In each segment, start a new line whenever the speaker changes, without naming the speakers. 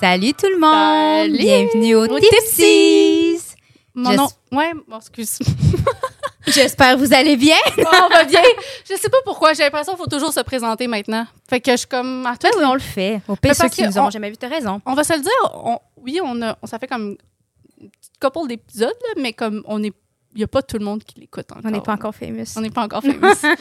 Salut tout le monde!
Salut!
Bienvenue au
Au
Tipsies!
Mon
Je-
nom. Ouais, bon, excuse.
J'espère que vous allez bien.
Oh, on va bien. Je sais pas pourquoi. J'ai l'impression qu'il faut toujours se présenter maintenant. Fait que je suis comme. en fait,
oui, on le fait. Au pire,
Mais
ceux
parce
qui
que
nous ont
on-
jamais vu, t'as raison.
on va se le dire. on- oui, on a, on- ça fait comme une petite couple d'épisodes, là, mais comme on est. Il n'y a pas tout le monde qui l'écoute encore.
On n'est pas encore famous.
On n'est pas encore famous. fait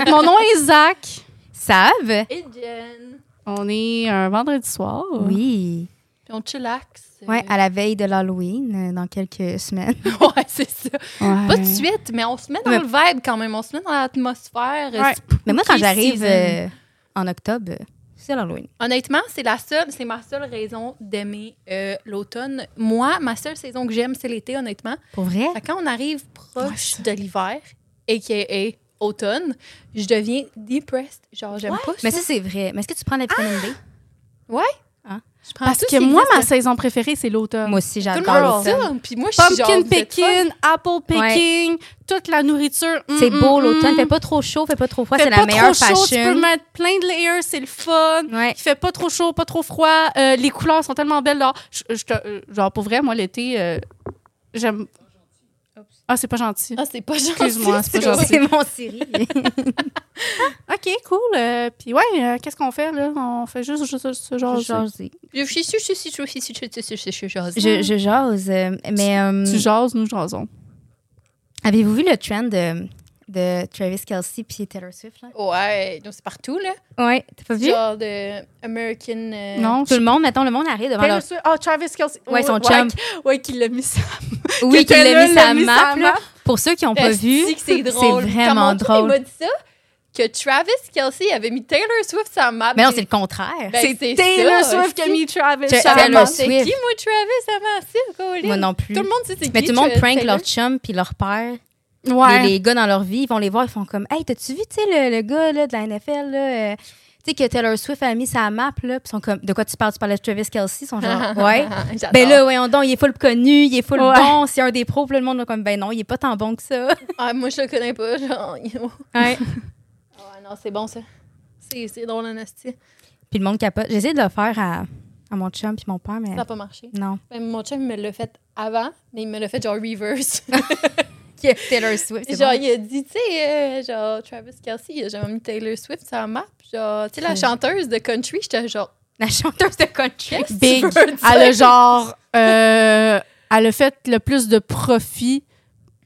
que mon nom est Zach.
Savent?
Et Jen.
On est un vendredi soir.
Oui.
Puis on chillaxe.
Ouais, à la veille de l'Halloween, euh, dans quelques semaines.
ouais, c'est ça. Pas de
Ouais.
suite, mais on se met dans
Mais-
le vibe quand même. On se met dans l'atmosphère.
Ouais.
Mais moi, quand
Spooky
j'arrive
season.
euh, en octobre, euh, c'est l'Halloween.
Honnêtement, c'est la seule, c'est ma seule raison d'aimer euh, l'automne. Moi, ma seule saison que j'aime, c'est l'été, honnêtement.
Pour vrai?
Fait que quand on arrive proche
Ouais,
de l'hiver, a.k.a. automne, je deviens depressed. Genre, j'aime pas
Mais
ça.
ça, c'est vrai. Mais est-ce que tu prends la vitamine
Ouais.
Hein?
Je prends
Parce
tout
que
ce qui
moi, ma
existe.
saison préférée, c'est
B?
l'automne.
Moi aussi,
tout le
j'adore
monde dit
l'automne.
ça. Puis moi, je suis genre,
Pumpkin
vous êtes fun.
picking, apple picking, toute la nourriture. Mm,
C'est
mm,
beau
mm.
l'automne. Fait pas trop chaud, fait pas trop froid.
Fait
C'est
pas
la meilleure
trop chaud, Tu peux
fashion.
mettre plein de layers, c'est le fun.
Ouais.
Il fait pas trop chaud, pas trop froid. Euh, les couleurs sont tellement belles. Là. Je- je te- euh, genre, pour vrai, moi, l'été, euh, j'aime. Ah, c'est pas gentil.
Ah, c'est pas gentil.
Excuse-moi, c'est pas
ça.
gentil.
C'est mon Siri.
OK, cool. Euh, Puis, ouais, euh, qu'est-ce qu'on fait, là? On fait juste, juste ce genre de.
Je suis sûre, je suis sûre, je suis sûre, je suis sûre, je suis sûre.
Je, je jase, euh, mais euh,
Tu jases, nous jasons.
avez-vous vu le trend de, de Travis Kelsey puis Taylor Swift? Là?
Ouais, donc c'est partout, là.
Ouais, t'as pas vu?
Genre de American. euh,
non?
Tout le monde, mettons, le monde arrive devant
Taylor
leur...
Swift- Ah, Travis Kelsey.
Ouais, son chum.
qui- Ouais, qui l'a mis ça.
Oui,
que
qu'il l'a
Taylor
mis
l'a
sa
mis sa
map, là.
map.
Pour ceux qui n'ont pas vu,
Esti que c'est drôle.
vraiment
Comment tout le
drôle.
monde m'a dit ça? Que Travis Kelsey avait mis Taylor Swift sur la map.
Mais non, c'est le contraire.
Ben,
c'est
c'est
Taylor
ça,
Swift qui a
aussi.
mis Travis.
Tu-
Swift.
Taylor
Taylor C'est qui,
Swift.
moi, Travis, avant ça, Colin?
Moi non plus.
Tout le monde sait c'est qui.
Mais tout le monde
Tra-
prank
Taylor.
leur chum puis leur père.
Ouais.
Les, les gars dans leur vie, ils vont les voir, ils font comme Hey, t'as-tu vu, tu sais, le, le gars là, de la NFL, là, euh, tu sais, que Taylor Swift a mis sa map, là, puis ils sont comme De quoi tu parles Tu parles de Travis Kelsey Ils sont genre Ouais.
J'adore.
Ben là, voyons donc, il est full connu, il est full
Ouais.
bon, c'est un des pros. Puis là, le monde est comme, ben non, il est pas tant bon que ça.
Ah, moi, je le connais pas. Genre.
Ouais.
Ah, non, c'est bon, ça. C'est c'est drôle, en esti.
puis le monde capote. J'ai essayé de le faire à, à mon chum puis mon père, mais
Ça n'a pas marché.
non.
Ben, mon chum, il me l'a fait avant, mais il me l'a fait genre reverse.
Taylor Swift, c'est
genre,
bon.
il a dit, tu sais, euh, genre, Travis Kelsey, il a jamais mis Taylor Swift sur la map. Genre, tu sais, la
C'est-
chanteuse de country, j'étais genre,
La chanteuse de country.
qu'est-ce que
Big.
tu veux dire?
Elle a genre. euh, elle a fait le plus de profit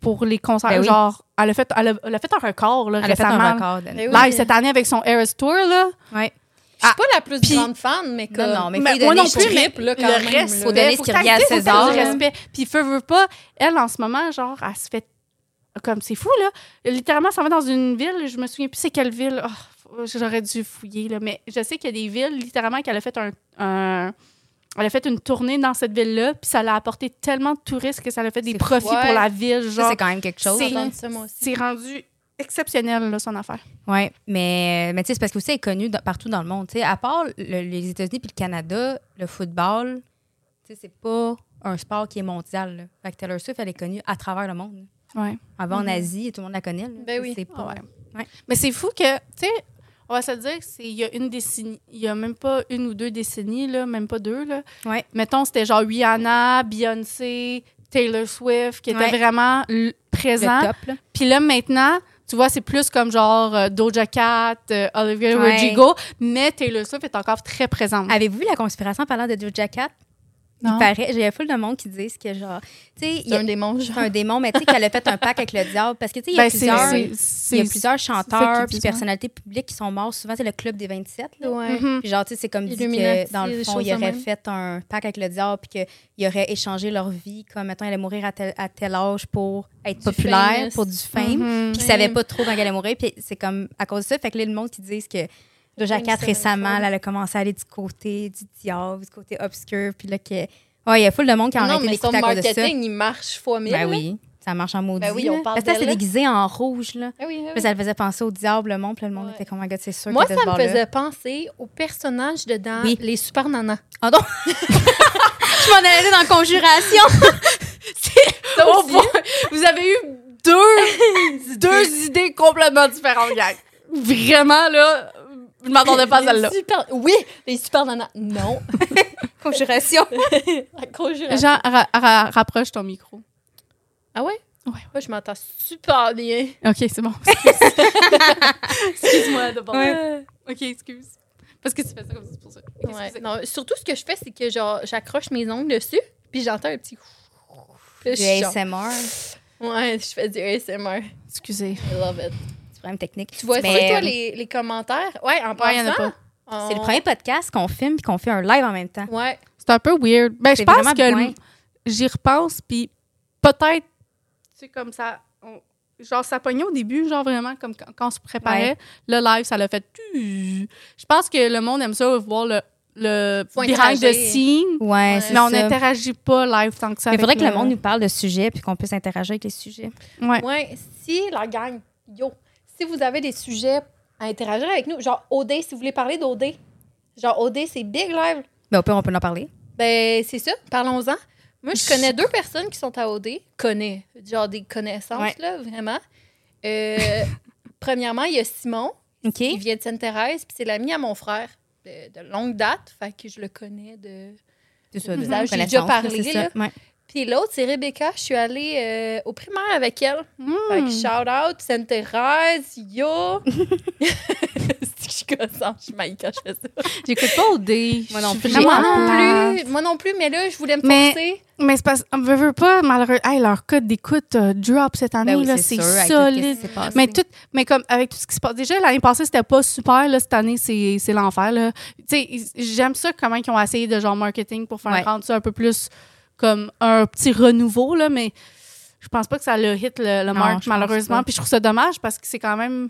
pour les concerts.
Ben oui.
Genre, elle a, fait, elle, a, elle a fait un record là,
Elle a fait un
récemment.
record. Denis.
Ben oui.
Live cette année avec son Eras Tour. Là.
Ouais.
Je suis
Ah,
pas la plus
puis-
grande fan, mais comme.
non, mais-
mais.
faut y
moi
donner
non
son
plus, mais
trip, là, quand
le
même,
reste,
là.
Faut donner
faut
ce
que
qu'il y a à
t'acceptes, faut
César,
que t'aies du
là.
respect. Puis feu veut pas, elle en ce moment, genre, elle se fait comme c'est fou là. Littéralement, ça va dans une ville. Je me souviens plus c'est quelle ville. Oh, J'aurais dû fouiller là, mais je sais qu'il y a des villes littéralement qu'elle a fait un, un- elle a fait une tournée dans cette ville-là, puis ça l'a apporté tellement de touristes que ça a fait des
C'est
profits
fou. Ouais.
pour la ville.
Ça,
Genre,
c'est quand même quelque chose.
c'est-
J'entends ça, moi aussi.
c'est rendu exceptionnel là, son affaire.
Ouais. Mais, mais tu sais, c'est parce que aussi, elle est connue dans- partout dans le monde. Tu sais, à part le- les États-Unis puis le Canada, le football, tu sais, c'est pas un sport qui est mondial. là. Fait que Taylor Swift, elle est connue à travers le monde.
Ouais.
Elle va en
Mhm.
Asie et tout le monde la connaît. là.
Ben oui.
C'est pas...
Ouais.
Ah Ouais.
Mais c'est fou que, tu sais, on va se le dire, c'est il y a une décennie, il y a même pas une ou deux décennies, là, même pas deux. Là.
Ouais.
Mettons, c'était genre Rihanna, Beyoncé, Taylor Swift, qui étaient
Ouais.
vraiment l-
Le
présents.
top, là.
Puis là, maintenant, tu vois, c'est plus comme genre euh, Doja Cat, euh, Olivia
Ouais.
Rodrigo, mais Taylor Swift est encore très présente.
Avez-vous vu la conspiration parlant de Doja Cat? Il
Mm. Non.
paraît, j'ai un full de monde qui disent que genre, tu sais, il y
C'est
a
un démon, genre.
c'est un démon, mais tu sais qu'elle a fait un pacte avec le diable parce que tu sais, il y a
Ben, c'est-
plusieurs,
c'est-
il y a
c'est-
plusieurs
ça
chanteurs puis
qu'ils disent,
personnalités publiques qui sont morts. Souvent, c'est le club des 27. Là.
Ouais.
Mhm.
Puis genre, tu sais, c'est comme dit que
Illuminati,
dans le
des
fond,
choses
il
de
aurait
même.
fait un pacte avec le diable puis qu'il aurait échangé leur vie, comme mettons, elle allait mourir à tel, à tel âge pour être populaire,
famous.
pour du fame.
Mhm.
Puis qu'ils savaient pas trop quand elle allait mourir. Puis c'est comme à cause de ça, fait que là, le monde qui disent que Doja
Une
Cat
semaine
récemment,
folle.
là, elle a commencé à aller du côté du diable, du côté obscur, puis là, que... Ouais, il y a full de monde qui en a
Non,
été
mais son
dégoûté à cause de ça.
marketing, il marche fois mille.
Ben
là.
oui, ça marche en maudit.
Ben oui, on
là.
parle
Parce que elle
d'elle,
s'est
là.
déguisée en rouge, là.
Ah oui, ah oui.
Puis ça le faisait penser au diable, le monde, puis le monde
Ouais.
était comme, oh my God, c'est sûr
Moi,
qu'elle
ça
était de
me
ce bord-là.
faisait penser au personnage dedans,
Oui.
les super nanas.
Ah non! Je m'en allais dans Conjuration!
Oh, bon, vous avez eu deux, deux idées complètement différentes, gang. Vraiment, là, Je m'attendais pas à
Les
celle-là.
super- Oui, les super nanas. Non.
Conjuration.
La conjuration.
Jean, ra- ra- rapproche ton micro.
Ah ouais?
Ouais,
Moi, je m'entends super bien.
OK, c'est bon.
Excuse-moi de parler.
Ouais. OK, excuse. Parce que tu fais ça comme ça, c'est pour ça. Ok,
Ouais.
excusez.
Non, surtout, ce que je fais, c'est que genre, j'accroche mes ongles dessus, puis j'entends un petit. Puis là,
Du
je suis genre-
ASMR.
Ouais, je fais du ASMR.
Excusez.
I love it.
C'est problème technique.
Tu vois,
Mais,
c'est toi les, les commentaires? Ouais, en
Ben, euh, Ouais, y en a
passant.
pas.
C'est le
on-
premier podcast qu'on filme puis qu'on fait un live en même temps.
Ouais.
C'est un peu weird. Ben, je
C'est
pense
vraiment
que
loin.
le- j'y repense, puis peut-être, tu sais, comme ça, on- genre, ça pognait au début, genre vraiment, comme quand, quand on se préparait, le live, ça l'a fait. tu- Je pense que le monde aime ça, voir le, le
Faut
behind the
interagir.
scene.
Ouais, c'est
Mais
ça.
on n'interagit pas live tant que ça.
Mais Il faudrait
avec
que le monde nous parle de sujets puis qu'on puisse interagir avec les sujets.
Ouais.
Ouais, si la gang, yo, si vous avez des sujets à interagir avec nous, genre OD, si vous voulez parler d'OD, genre OD, c'est big live.
Ben, au pire, on peut en parler.
Ben, c'est ça, parlons-en. Moi, je connais deux personnes qui sont à OD. Connais, genre des connaissances,
Ouais.
là, vraiment. Euh, premièrement, il y a Simon,
OK.
il vient de Sainte-Thérèse, puis c'est l'ami à mon frère de, de longue date, fait que je le connais de...
C'est ça, de
Mhm. J'ai déjà
connaissance,
parlé,
c'est ça.
là.
Ah
Ouais.
Puis l'autre, c'est Rebecca, je suis allée euh, au primaire avec elle. Fait que
Hmm.
shout-out, Sainte-Thérèse, yo! C'est que je suis gossante, je suis maille quand je fais ça.
J'écoute pas au dé.
Moi non
Je
plus. Ah.
suis
J'ai
Moi
vraiment
hâte.
non
plate.
plus, moi non plus, mais là, je voulais me
Mais-
forcer.
Mais c'est parce qu'on veut, veut pas, malheureux. Hey, leur code d'écoute euh, drop cette année,
Ben oui,
là, c'est
c'est sûr, avec tout ce qui
solide.
s'est passé.
Mais tout, mais comme avec tout ce qui se passe. Déjà, l'année passée, c'était pas super. Là, cette année, c'est c'est l'enfer. là. Tu sais, ils- j'aime ça comment ils ont essayé de genre marketing pour faire
Ouais.
rendre ça un peu plus comme un petit renouveau, là, mais je pense pas que ça le hit le, le
Non,
marque,
je pense
malheureusement.
pas.
Puis je trouve ça dommage parce que c'est quand même.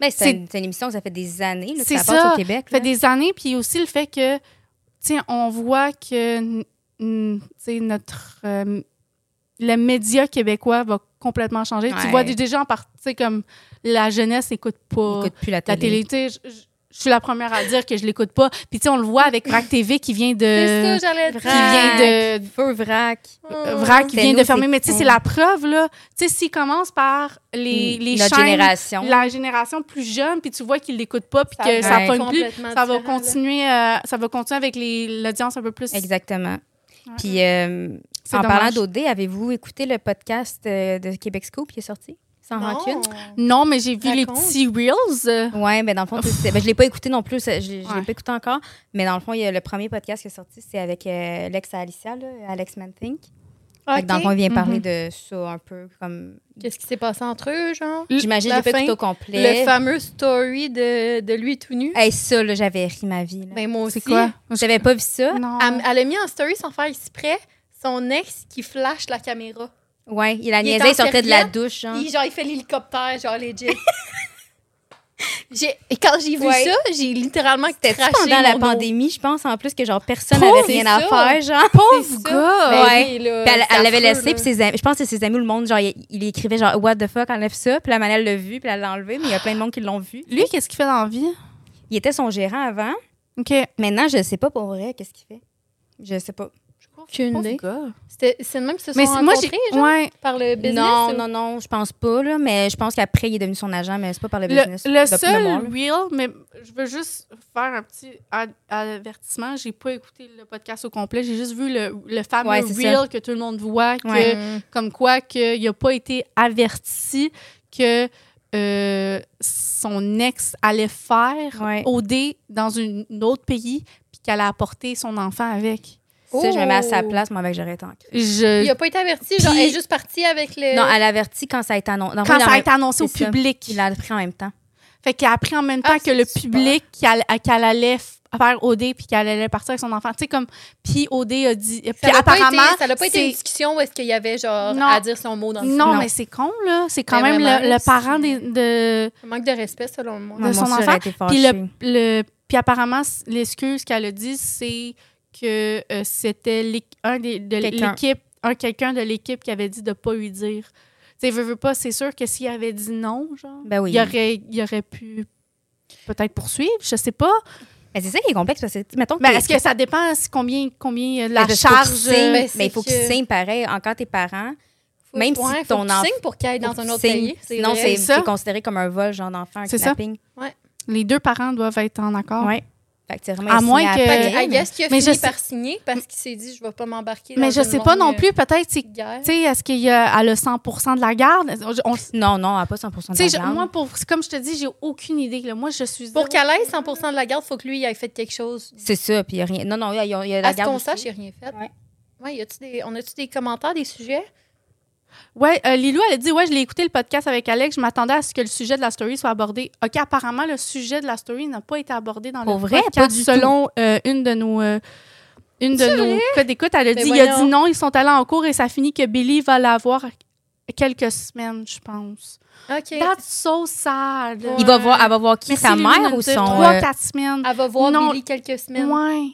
Ben,
C'est-
c'est une, c'est une émission que ça fait des années là, que
C'est
ça passe
ça.
au Québec.
Ça fait
là.
des années, puis aussi le fait que, tu sais, on voit que, n- n- tu sais, notre. euh, le média québécois va complètement changer. Tu
Ouais.
vois des- déjà en partie, tu sais, comme la jeunesse n'écoute
Ils
pas
écoutent plus la
la
télé.
télé. Tu sais, je- je- je suis la première à dire que je l'écoute pas. Puis, tu sais, on le voit avec Vrac TV qui vient de.
C'est ça, j'allais
euh,
Oh.
qui vient de.
Feu vrac.
euh,
dire.
Vrac qui
C'est
vient
nous,
de fermer.
c'est-
Mais, tu sais, c'est la preuve, là. Tu sais, s'ils commencent par les, les
Mm. Hmm, Notre
chaînes,
génération.
la génération plus jeune, puis tu vois qu'ils l'écoutent pas, puis
Ça
que
va
ça
être
pogne plus.
complètement
Ça va
différent, là.
continuer, euh, ça va continuer avec les- l'audience un peu plus.
Exactement.
Ouais.
Puis, euh,
C'est
en parlant
dommage.
d'OD, avez-vous écouté le podcast euh, de Québec Scoop qui est sorti? Sans rancune?
Non, mais j'ai vu les
Raconte.
petits reels.
Oui, mais dans le fond, c'est- ben, je ne l'ai pas écouté non plus, ça, je ne
Ouais.
l'ai pas écouté encore. Mais dans le fond, il y a le premier podcast qui est sorti, c'est avec euh, l'ex à Alicia, là, Alex Manthink. Fait que Dans le fond, il vient parler
Mhm.
de ça un peu comme.
Qu'est-ce qui s'est passé entre eux, genre?
J'imagine que
la
j'ai pas
fin,
écouté au
Le
complet.
fameux story de, de lui tout nu.
Hey, ça, là, j'avais ri ma vie. là.
Ben, moi aussi.
C'est quoi?
J'avais pas vu ça.
Non.
Elle, elle a mis en story sans faire exprès son ex qui flash la caméra.
Ouais, il a
Il est
niaisé,
en
il sortait de la
serviette,
douche. genre.
Il, genre, il fait l'hélicoptère, genre, legit. j'ai, et quand j'ai vu
Ouais.
ça, j'ai littéralement
C'était
craché
pendant la
mon
pandémie, je pense, en plus, que genre personne
Pauvre,
n'avait rien à
c'est
faire, genre.
eau.
Pauvre
C'est ça.
gars!
Ben
Ouais.
oui, là,
Puis elle-
c'est
elle l'avait
affreux,
laissé,
là.
puis ses amis, je pense que ses amis, le monde, genre, il, il écrivait genre, What the fuck, enlève ça. Puis la manelle l'a vu, puis elle l'a enlevé, mais il y a plein de monde qui l'ont vu.
Lui, qu'est-ce qu'il fait dans la vie?
Il était son gérant avant.
OK.
Maintenant, je sais pas pour vrai qu'est-ce qu'il fait. Je sais pas.
Aucune idée.
gars.
C'était, c'est le même qui se sont
Mais c'est- moi, j'ai.
rencontrés, genre,
Ouais.
par le business.
non,
ou-
non, non, je pense pas, là, mais je pense qu'après, il est devenu son agent, mais c'est pas par le business.
Le, le
de
seul
mémoire, là.
reel, mais je veux juste faire un petit ad- avertissement. J'ai pas écouté le podcast au complet. J'ai juste vu le, le fameux
Ouais, c'est ça.
reel que tout le monde voit. Que
Ouais.
Mm.
comme quoi qu'il n'a pas été averti que euh, son ex allait faire
Ouais.
OD dans une- un autre pays puis qu'elle a apporté son enfant avec.
Ça, je me mets à sa
Oh.
place, moi, avec j'aurais tant.
Je-
Il a pas été averti, genre,
Puis-
elle est juste partie avec le.
Euh, Non, elle avertit quand ça a été annoncé.
Euh, quand ça a été annoncé au
c'est ça.
public.
Il l'a appris en même temps.
Fait qu'elle a appris en même temps
Ah,
que le
c'est super.
public qu'elle euh, qu'elle allait f- faire OD puis qu'elle allait partir avec son enfant. Tu sais, comme. Puis OD a dit. euh, Puis
Ça n'a pas
apparemment.
été- ça n'a pas été
c'est-
une discussion où est-ce qu'il y avait, genre,
Non.
à dire son mot dans le
non,
Non.
mais c'est con, là. C'est quand
Mais
même
Ben vraiment,
le, le parent
c'est-
des- de,
Un manque de respect, selon moi.
De son
aussi, j'aurais
enfant,
été
Puis,
fâchée.
le, le- puis apparemment, c- l'excuse qu'elle a dit, c'est que euh, c'était l'é- un des- de
Quelqu'un.
l'équipe, un quelqu'un de l'équipe qui avait dit de ne pas lui dire. Tu sais, veux, veux pas, c'est sûr que s'il avait dit non, genre,
Ben oui.
il, aurait, il aurait pu peut-être poursuivre, je sais pas.
Mais c'est ça qui est complexe parce que, mettons,
Mais
t'es-
Ben, est-ce que ça dépend si combien, combien euh, la
Parce que faut
charge.
qu'ils signent,
euh,
ben,
mais il faut
c'est
qu'ils
que-
signent pareil, encore tes parents.
Faut-
Même si
ouais,
ton
faut que tu
enfant-
signes pour qu'il aille dans
faut
un
qu'ils
autre
signent.
pays.
Sinon,
vrai.
c'est
C'est ça.
c'est considéré comme un vol, genre d'enfant, un
C'est ça.
kidnapping.
Les deux parents doivent être en accord.
Ouais. Fait que c'est vraiment
À
signé
moins que-
après,
Fait que, I
mais-
guess qu'il a
mais
fini
je
par signer parce qu'il s'est dit, je vais pas m'embarquer.
Mais
dans
je
une
sais pas
longue,
non
euh,
plus, peut-être, c'est. Tu
guerre.
sais, est-ce qu'il y a à le 100 de la garde? On- on- tu
Non, non, à pas 100 de
sais,
la
je-
garde.
moi, pour, c'est comme je te dis, j'ai aucune idée. là. Moi, je suis.
Pour
zéro-
qu'elle aille 100 de la garde, faut que lui il ait fait quelque chose.
C'est ça, puis il y a rien. Non, non, il y a, il y a- il y a la
À ce
garde.
qu'on
aussi.
sache, il a rien fait.
Ouais.
Ouais, y a-tu des, on a-tu des commentaires, des sujets?
Ouais, euh, Lilou, elle a dit Ouais, je l'ai écouté le podcast avec Alex, je m'attendais à ce que le sujet de la story soit abordé. OK, apparemment, le sujet de la story n'a pas été abordé dans
Pour
le
vrai?
podcast.
Pas du
selon euh, une de nos. euh, une de nos codes d'écoute, elle a
Mais
dit, il a
Ben voyons.
dit non, ils sont allés en cours et ça finit que Billy va l'avoir quelques semaines, je pense.
OK.
That's so sad.
Il va
euh,
voir, elle va voir qui,
Mais
sa
c'est
mère
lunatique.
ou son.
Trois,
euh,
quatre semaines.
Elle va voir
Non.
Billy quelques semaines.
Ouais.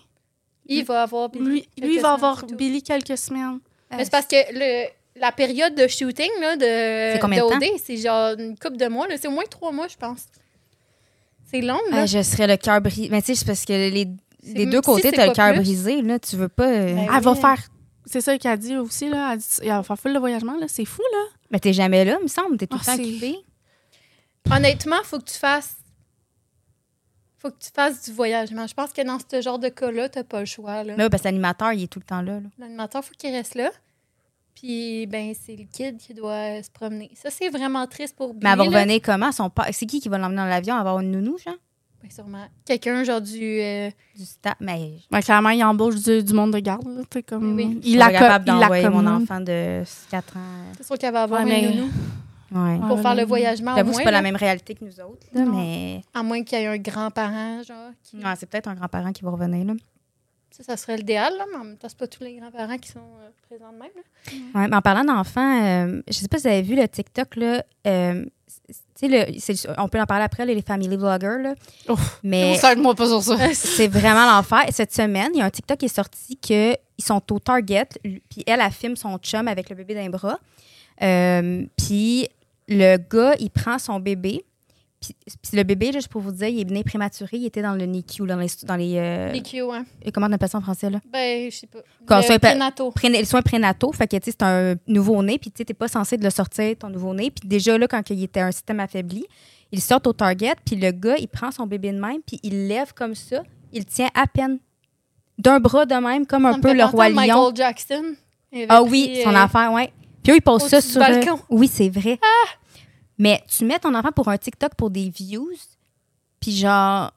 Il va avoir Billy.
Lui, lui
quelques
il va
semaines,
avoir
c'est tout.
Billy quelques semaines.
Euh,
Mais c'est parce que le, la période de shooting là, de,
C'est combien de
de OD, c'est genre une couple de mois. là. C'est au moins trois mois, je pense. C'est long, là.
Ah, je serais le cœur brisé. Mais tu sais, c'est parce que les, les deux
si
côtés,
c'est
t'as le
pas
cœur
plus.
brisé, là. Tu veux pas. euh,
Ben-
Elle va
oui.
faire. C'est ça qu'elle a dit aussi, là. Elle, dit, elle va faire full le voyagement, là. C'est fou, là.
Mais t'es jamais là, me semble. T'es tout
Ah,
le temps
c'est-
occupé.
Honnêtement, faut que tu fasses. Faut que tu fasses du voyagement. Je pense que dans ce genre de cas-là, t'as pas le choix. Là.
Mais oui, parce que l'animateur, il est tout le temps là. là.
L'animateur, faut qu'il reste là. Puis, ben, c'est le kid qui doit euh, se promener. Ça, c'est vraiment triste pour Billy.
Mais elle va
là.
revenir comment? Son père- C'est qui qui va l'emmener dans l'avion? Elle va avoir une nounou, genre?
Ben, sûrement. Quelqu'un, genre, du. euh,
Du staff. Mais
Ben, clairement, il embauche du, du monde de garde, là. T'sais, comme...
Oui, oui.
je
Il
suis
la
pas capable
co- il la
d'envoyer mon
commande.
enfant de 4 ans.
C'est sûr qu'elle va avoir
Ouais, mais-
une nounou
Ouais.
pour
Ouais,
faire
mais-
le voyagement. au
J'avoue que
Ah, moins,
c'est pas
là.
la même réalité que nous autres, là,
Non.
mais
À moins qu'il y ait un grand-parent, genre. qui-
Ouais, c'est peut-être un grand-parent qui va revenir. Là.
Ça, ça serait l'idéal, là, mais en même temps, c'est pas tous les grands-parents qui sont euh, présents de même. là.
Ouais, mais en parlant d'enfants, euh, je sais pas si vous avez vu le TikTok, là. euh, c- tu sais, le- c'est- on peut en parler après, là, les family vloggers, là.
Ouf.
Mais
moi pas sur ça.
c'est vraiment l'enfer. Et Cette semaine, il y a un TikTok qui est sorti que ils sont au Target, lui- puis elle, elle filme son chum avec le bébé d'un bras. Euh, puis le gars, il prend son bébé. Puis puis le bébé, là, je peux vous dire, il est né prématuré, il était dans le NICU, dans les... Dans les, euh,
Les Q, hein.
Comment on appelle ça en français, là?
Ben, je sais pas.
Quand
Le
ça est pas-
prénato.
préna- les soins prénataux. Fait que, tu sais, c'est un nouveau-né, puis tu sais, t'es pas censé de le sortir, ton nouveau-né. Puis déjà, là, quand il était un système affaibli, il sort au Target, puis le gars, il prend son bébé de même, puis il lève comme ça, il le tient à peine. D'un bras de même, comme
Ça
un
me
peu
fait
le
penser
roi
à
lion.
Michael Jackson. Il avait
Ah oui,
pris,
son
euh,
affaire, oui. Puis eux, ils posent ça
au-dessus du
sur. euh,
balcon. Ah!
oui, c'est vrai. Mais tu mets ton enfant pour un TikTok pour des views, puis genre.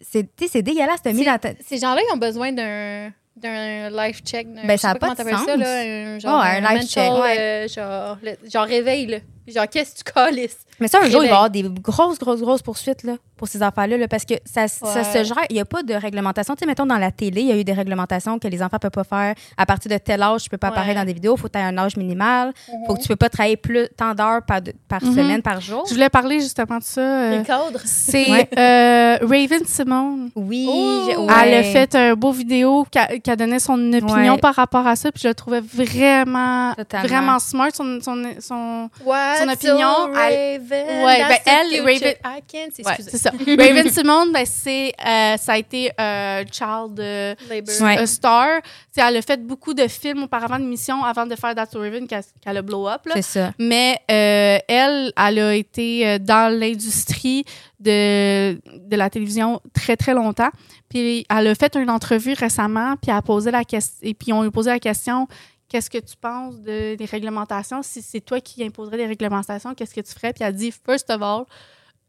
C'est tu sais, c'est dégueulasse, t'as mis la tête.
Ces gens-là, ils ont besoin d'un d'un life check. d'un-
Ben,
je
ça a
sais
pas
comment
de
t'appelles ça,
sens.
là. Un genre,
Ouais, un life
mental,
check,
euh, genre, le- genre, réveille, là. Genre, qu'est-ce que tu calisses?
Mais ça, un jour, il
Réveil.
va y avoir des grosses, grosses, grosses poursuites là, pour ces enfants-là, là, parce que ça, ça
Ouais.
se gère. Il n'y a pas de réglementation. Tu sais, mettons, dans la télé, il y a eu des réglementations que les enfants ne peuvent pas faire. À partir de tel âge, tu ne peux pas
Ouais.
apparaître dans des vidéos. Il faut que tu aies un âge minimal. faut que tu ne peux pas travailler plus tant d'heures par, de- par
Mhm.
semaine, par jour.
Je voulais parler justement de ça. euh,
Les cadres.
C'est
Ouais.
euh, Raven Simone.
Oui.
Oh!
je-
Elle a
ouais.
fait un beau vidéo qui a, qui a donné son opinion
Ouais.
par rapport à ça, puis je le trouvais vraiment,
Totalement.
vraiment smart. Son, son, son-
What's
Son opinion,
so Raven,
Ouais, ben,
that's the
elle,
future.
Raven-
I can't,
Ouais,
excusez.
c'est ça. Raven Simone, ben, c'est, euh, ça a été euh, child euh,
Labor.
Ouais.
euh, star. T'sais, elle a fait beaucoup de films auparavant, de missions, avant de faire That's So Raven, qu'elle qu'elle a blow up. là.
C'est ça.
Mais euh, elle, elle a été euh, dans l'industrie de, de la télévision très, très longtemps. Puis elle a fait une entrevue récemment, puis elle a posé la question, et puis on lui a posé la question Qu'est-ce que tu penses de- des réglementations Si c'est toi qui imposerais des réglementations, qu'est-ce que tu ferais Puis elle a dit First of all,